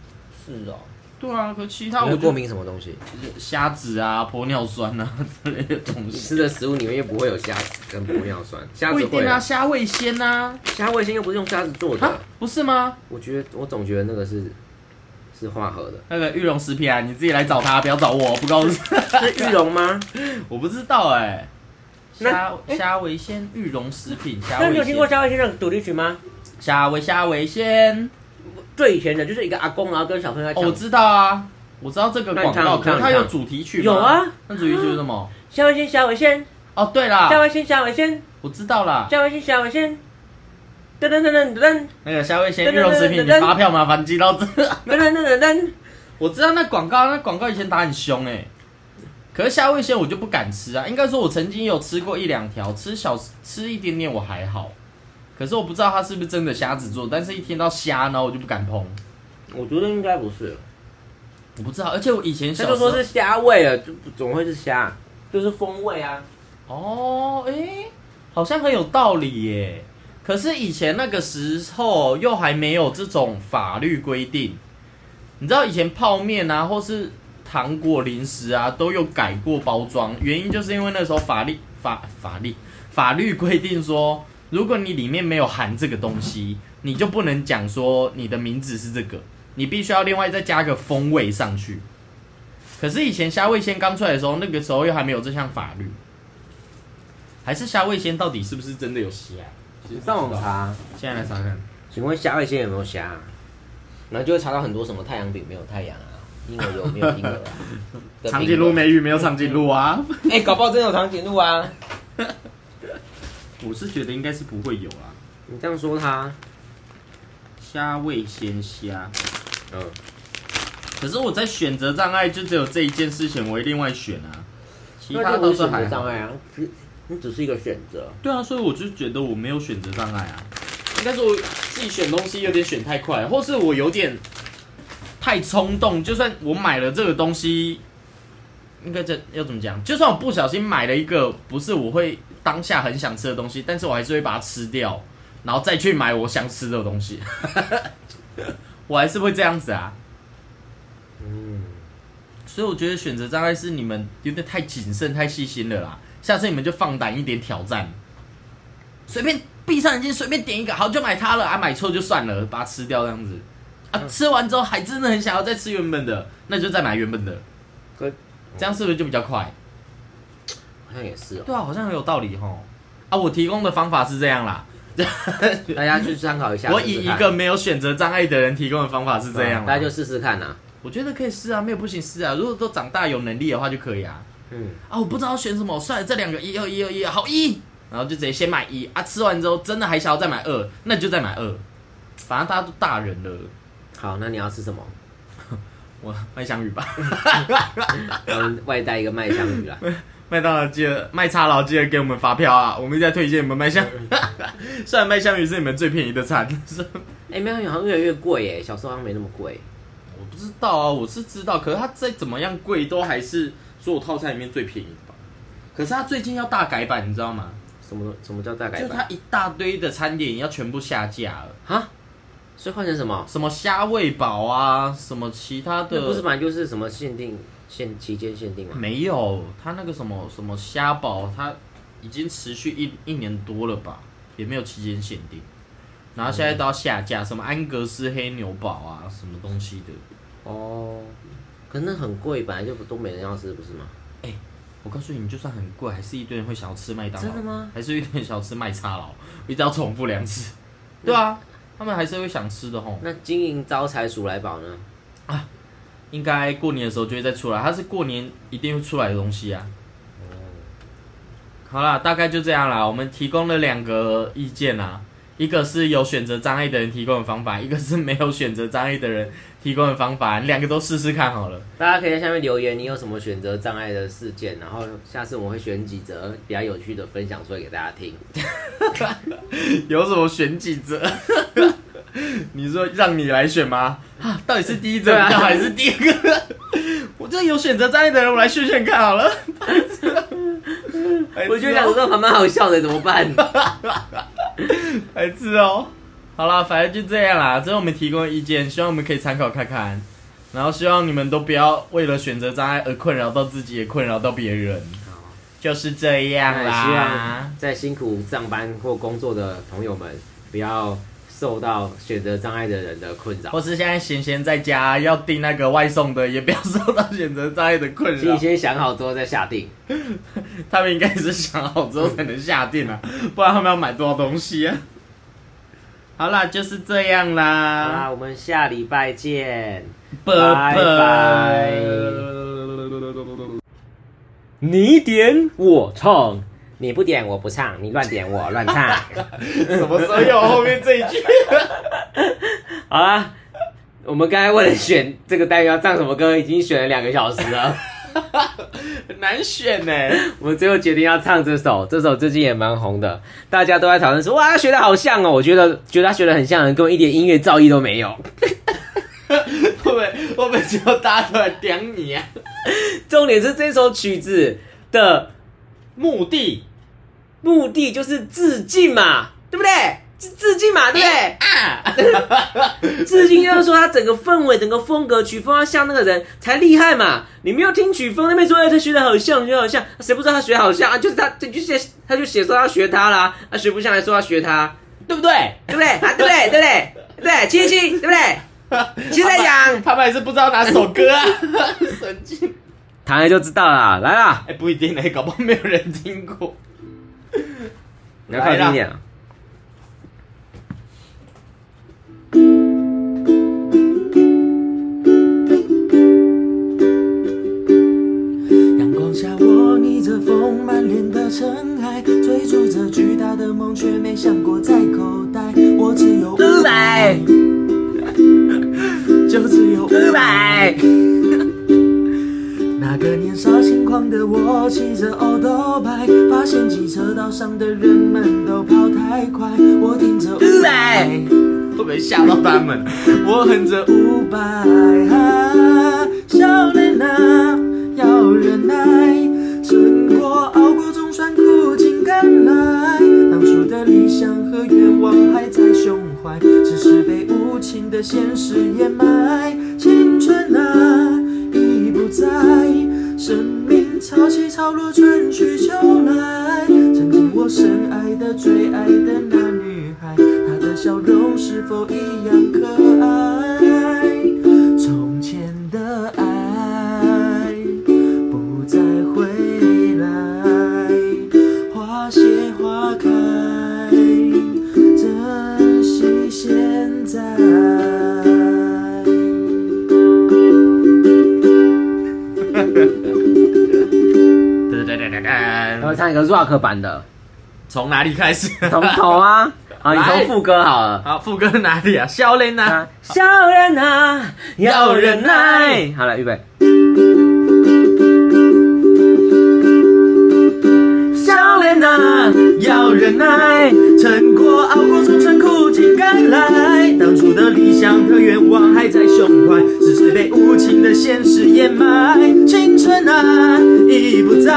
Speaker 1: 是哦，
Speaker 2: 对啊，可其他
Speaker 1: 那
Speaker 2: 我
Speaker 1: 我
Speaker 2: 就
Speaker 1: 过敏什么东西？
Speaker 2: 虾子啊、玻尿酸啊 之类的东
Speaker 1: 你
Speaker 2: 西，
Speaker 1: 吃的食物里面又不会有虾子跟玻尿 酸，虾
Speaker 2: 不
Speaker 1: 子
Speaker 2: 一
Speaker 1: 会
Speaker 2: 定啊，
Speaker 1: 啊，
Speaker 2: 虾味鲜啊，
Speaker 1: 虾味鲜又不是用虾子做
Speaker 2: 啊
Speaker 1: 的。，
Speaker 2: 不是吗？
Speaker 1: 我觉得我总觉得那个是是化合的，
Speaker 2: 那个玉龙食品啊，你自己来找他，不要找我，不告诉。
Speaker 1: 是玉龙吗？
Speaker 2: 我不知道哎、
Speaker 1: 那
Speaker 2: 虾
Speaker 1: 诶
Speaker 2: 虾维鲜玉龙食品，虾
Speaker 1: 那你有
Speaker 2: 维
Speaker 1: 听过
Speaker 2: 鲜，
Speaker 1: 虾味鲜的主题曲吗？
Speaker 2: 虾维虾维鲜，
Speaker 1: 最以前的就是一个阿公，然啊后跟小朋友在
Speaker 2: 哦，我
Speaker 1: 讲
Speaker 2: 知道啊，我知道这个
Speaker 1: 那你
Speaker 2: 广
Speaker 1: 唱
Speaker 2: 告，
Speaker 1: 你
Speaker 2: 可
Speaker 1: 唱
Speaker 2: 是它
Speaker 1: 你
Speaker 2: 有
Speaker 1: 唱
Speaker 2: 主题曲吗
Speaker 1: 有，啊，
Speaker 2: 那主题曲是什么？
Speaker 1: 虾味鲜，虾味鲜，
Speaker 2: 哦，对
Speaker 1: 虾
Speaker 2: 啦，
Speaker 1: 味鲜，虾味鲜，
Speaker 2: 我知道啦，
Speaker 1: 虾味鲜，虾味鲜，噔噔噔噔噔
Speaker 2: 那个虾味鲜
Speaker 1: 噔
Speaker 2: 玉龙食品，
Speaker 1: 噔
Speaker 2: 你
Speaker 1: 噔
Speaker 2: 发票麻烦寄到这。
Speaker 1: 噔噔噔噔噔，
Speaker 2: 我知道那广告，那广告以前打很凶哎、可是虾味鲜我就不敢吃啊。应该说，我曾经有吃过一两条，吃小吃一点点我还好，可是我不知道它是不是真的虾子做，但是一听到虾，然后我就不敢碰。
Speaker 1: 我觉得应该不是，
Speaker 2: 我不知道，而且我以前
Speaker 1: 他
Speaker 2: 小时
Speaker 1: 就
Speaker 2: 候
Speaker 1: 说是虾味啊了，就不总会是虾，就是风味啊。
Speaker 2: 哦，诶、好像很有道理耶。可是以前那个时候又还没有这种法律规定，你知道以前泡面啊，或是糖果、零食啊，都有改过包装，原因就是因为那时候法律法法律法律规定说，如果你里面没有含这个东西，你就不能讲说你的名字是这个，你必须要另外再加个风味上去。可是以前虾味鲜刚出来的时候，那个时候又还没有这项法律，还是虾味鲜到底是不是真的有啊虾？其实不知道
Speaker 1: 上网查，
Speaker 2: 现在来查看，
Speaker 1: 请问虾味鲜有没有虾、啊？然后就会查到很多什么太阳饼没有太阳啊，婴儿有没有 婴儿啊？的
Speaker 2: 长
Speaker 1: 饼
Speaker 2: 颈鹿美语没有长颈鹿啊？
Speaker 1: 哎、搞不好真的有长颈鹿啊！
Speaker 2: 我是觉得应该是不会有啊。
Speaker 1: 你这样说它，
Speaker 2: 虾味鲜虾，
Speaker 1: 嗯，
Speaker 2: 可是我在选择障碍就只有这一件事情，我会另外选啊，其他
Speaker 1: 那就
Speaker 2: 都
Speaker 1: 不
Speaker 2: 是
Speaker 1: 选择
Speaker 2: 还好
Speaker 1: 障碍啊，只你只是一个选择。
Speaker 2: 对啊，所以我就觉得我没有选择障碍啊。应该是我自己选东西有点选太快，或是我有点太冲动。就算我买了这个东西，应该这要怎么讲？就算我不小心买了一个不是我会当下很想吃的东西，但是我还是会把它吃掉，然后再去买我想吃的东西。 我还是会这样子啊。
Speaker 1: 嗯，
Speaker 2: 所以我觉得选择障碍是你们有点太谨慎、太细心了啦。下次你们就放胆一点挑战，随便闭上眼睛随便点一个，好就买它了啊，买错就算了，把它吃掉这样子。啊，吃完之后还真的很想要再吃原本的，那就再买原本的，
Speaker 1: 可
Speaker 2: 这样是不是就比较快？
Speaker 1: 好像也是哦、
Speaker 2: 对啊，好像很有道理吼。啊，我提供的方法是这样 啦，
Speaker 1: 大家去参考一下。
Speaker 2: 我
Speaker 1: 试试
Speaker 2: 以一
Speaker 1: 看
Speaker 2: 个没有选择障碍的人提供的方法是这样啦，
Speaker 1: 大家就试试看啊。
Speaker 2: 我觉得可以试啊，没有不行试啊，如果都长大有能力的话就可以啊。
Speaker 1: 嗯，
Speaker 2: 啊，我不知道选什么，算了，这两个一二一二一二好一，然后就直接先买一啊，吃完之后真的还想要再买二，那你就再买二，反正大家都大人了，
Speaker 1: 好，那你要吃什么？
Speaker 2: 我麦香鱼吧，
Speaker 1: 我们嗯外带一个麦香鱼 啦。
Speaker 2: 麦当劳记得麦差佬记得给我们发票啊，我们一直在推荐你们麦香， 虽然麦香鱼是你们最便宜的餐，是
Speaker 1: 哎、麦香鱼好像越来越贵耶，小时候好像没那么贵。
Speaker 2: 我不知道啊，我是知道，可是它再怎么样贵，都还是所有套餐里面最便宜的吧。可是它最近要大改版，你知道吗？
Speaker 1: 什么什么叫大改
Speaker 2: 就它
Speaker 1: 版？
Speaker 2: 一大堆的餐点要全部下架了。
Speaker 1: 啊？所以换成什么？
Speaker 2: 什么虾味堡啊，什么其他的，
Speaker 1: 那不是本来就是什么限定限期间限定嘛？
Speaker 2: 没有，他那个什么什么虾堡，他已经持续一一年多了吧，也没有期间限定，然后现在都要下架，什么安格斯黑牛堡啊，什么东西的，
Speaker 1: 哦，可是那很贵，本来就都没人要吃，不是吗？
Speaker 2: 我告诉你，就算很贵，还是一堆人会想要吃麦当劳，
Speaker 1: 真的吗？
Speaker 2: 还是一堆人想要吃麦差佬，一直要重复两次，对啊，他们还是会想吃的吼。
Speaker 1: 那经营招财鼠来宝呢？
Speaker 2: 应该过年的时候就会再出来，它是过年一定会出来的东西啊。好啦，大概就这样啦。我们提供了两个意见啦，一个是有选择障碍的人提供的方法，一个是没有选择障碍的人提供的方法，你两个都试试看好了。
Speaker 1: 大家可以在下面留言，你有什么选择障碍的事件，然后下次我们会选几则比较有趣的分享出来给大家听。
Speaker 2: 有什么选几折？ 你说让你来选吗？啊，到底是第一折
Speaker 1: 对啊
Speaker 2: 比较好还是第二个？ 我这有选择障碍的人，我来选选看 好了。
Speaker 1: 我觉得两个都还啊蛮好笑的，怎么办？
Speaker 2: 白痴哦。好啦，反正就这样啦，这是我们提供的意见，希望我们可以参考看看。然后希望你们都不要为了选择障碍而困扰到自己，也困扰到别人。就是啊 这样
Speaker 1: 哎那希
Speaker 2: 啦
Speaker 1: 望。在辛苦上班或工作的朋友们，不要受到选择障碍的人的困扰
Speaker 2: 或。是现在闲闲在家要订那个外送的，也不要受到选择障碍的困
Speaker 1: 请你
Speaker 2: 扰。
Speaker 1: 先想好之后再下定。
Speaker 2: 他们应该也是想好之后才能下定啊，不然他们要买多少东西啊？好啦，就是这样
Speaker 1: 好
Speaker 2: 啦
Speaker 1: 啦，，我们下礼拜见。
Speaker 2: 拜
Speaker 1: 拜拜你点我唱，你不点我不唱，你乱点我乱唱。
Speaker 2: 什么时候有后面这一 句？
Speaker 1: 好啦，我们刚才为了选这个单元要唱什么歌，已经选了两个小时了。
Speaker 2: 很难选呢、
Speaker 1: 我们最后决定要唱这首，这首最近也蛮红的，大家都在讨论说，哇，他学的好像哦，我觉得觉得他学的很像，根本一点音乐造诣都没有。
Speaker 2: 会不会会不会只有大家都来刁你啊？
Speaker 1: 重点是这首曲子的
Speaker 2: 目的
Speaker 1: 目的就是致敬嘛，对不对？致敬嘛，对不对？ 致敬就是说他整个氛围、整个风格、曲风要啊像那个人才厉害嘛。你没有听曲风那边说，哎、他学的好像，学的好像，谁不知道他学得好像啊？就是他，他就写，他就写说要学他啦，啊，学不像来说要学他，
Speaker 4: 对不 对？
Speaker 1: 对不对？啊，对不 对？对不对？对不对？七七，对不对？其实在讲
Speaker 4: 他们还是不知道哪首歌 啊，神经！
Speaker 1: 躺下就知道啦，来啦，
Speaker 4: 哎、不一定哎、搞不好没有人听过。
Speaker 1: 你要靠近一点啊。
Speaker 2: 阳光下，我逆着风，满脸的尘埃，追逐着巨大的梦，却没想过在口袋。我只有
Speaker 1: 五百，
Speaker 2: 就只有
Speaker 1: 五。百，
Speaker 2: 那个年少轻狂的我，骑着 o l d 白，发现机车道上的人们都跑太快。我听着
Speaker 1: 五百，
Speaker 4: 会不会吓到他们？
Speaker 2: 我哼着五百，啊，少年啊，要忍耐，撑过、熬过，总算苦尽甘来。当初的理想和愿望还在胸怀，只是被无情的现实掩埋。青春啊，已不在，生命潮起潮落，春去秋来。曾经我深爱的、最爱的那女孩，她的笑容是否一样可爱？从前的爱不再回来，花谢花开，珍惜现在。
Speaker 4: 噔噔噔噔
Speaker 1: 我
Speaker 4: 噔
Speaker 1: 唱一个 rock 版的，
Speaker 4: 从哪里开始？
Speaker 1: 从头 啊，好，你从副歌好 了。
Speaker 4: 好，副歌哪里啊？笑脸呐，
Speaker 1: 小人啊，要忍耐。好了，预备。
Speaker 2: 少年啊，要忍耐，撑过、熬过，终成苦尽甘来。当初的理想和愿望还在胸怀，只是被无情的现实掩埋。青春啊，已不在，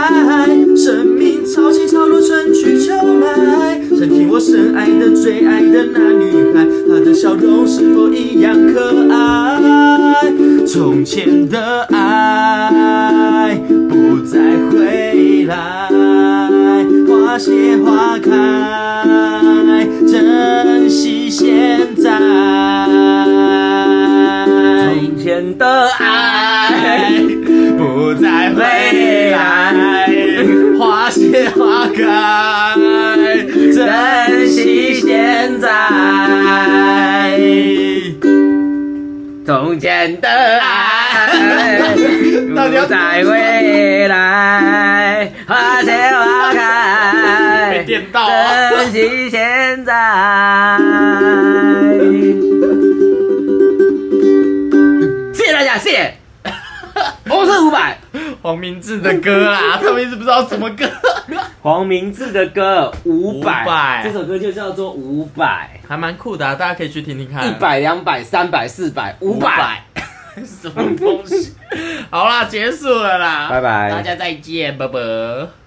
Speaker 2: 生命潮起潮落，春去秋来。曾经我深爱的、最爱的那女孩，她的笑容是否一样可爱？从前的爱不再回来，花谢花开，珍惜现在。
Speaker 1: 从前的爱，
Speaker 4: 不再回来，花谢花开，
Speaker 1: 珍惜现在。从前的爱，
Speaker 4: 到底要
Speaker 1: 不再回来，花谢花开，
Speaker 4: 被电到啊
Speaker 1: 珍惜现在。谢谢大家，谢谢。我是五百，
Speaker 4: 黄明志的歌啦，他们一直不知道什么歌。
Speaker 1: 黄明志的歌五
Speaker 4: 500
Speaker 1: 百，这首歌就叫做五百，
Speaker 4: 还蛮酷的、啊，大家可以去听听看。
Speaker 1: 一百、两百、三百、四百、五 百，
Speaker 4: 什么东西？好啦，结束了啦，
Speaker 1: 拜拜
Speaker 4: 大家再见，拜拜。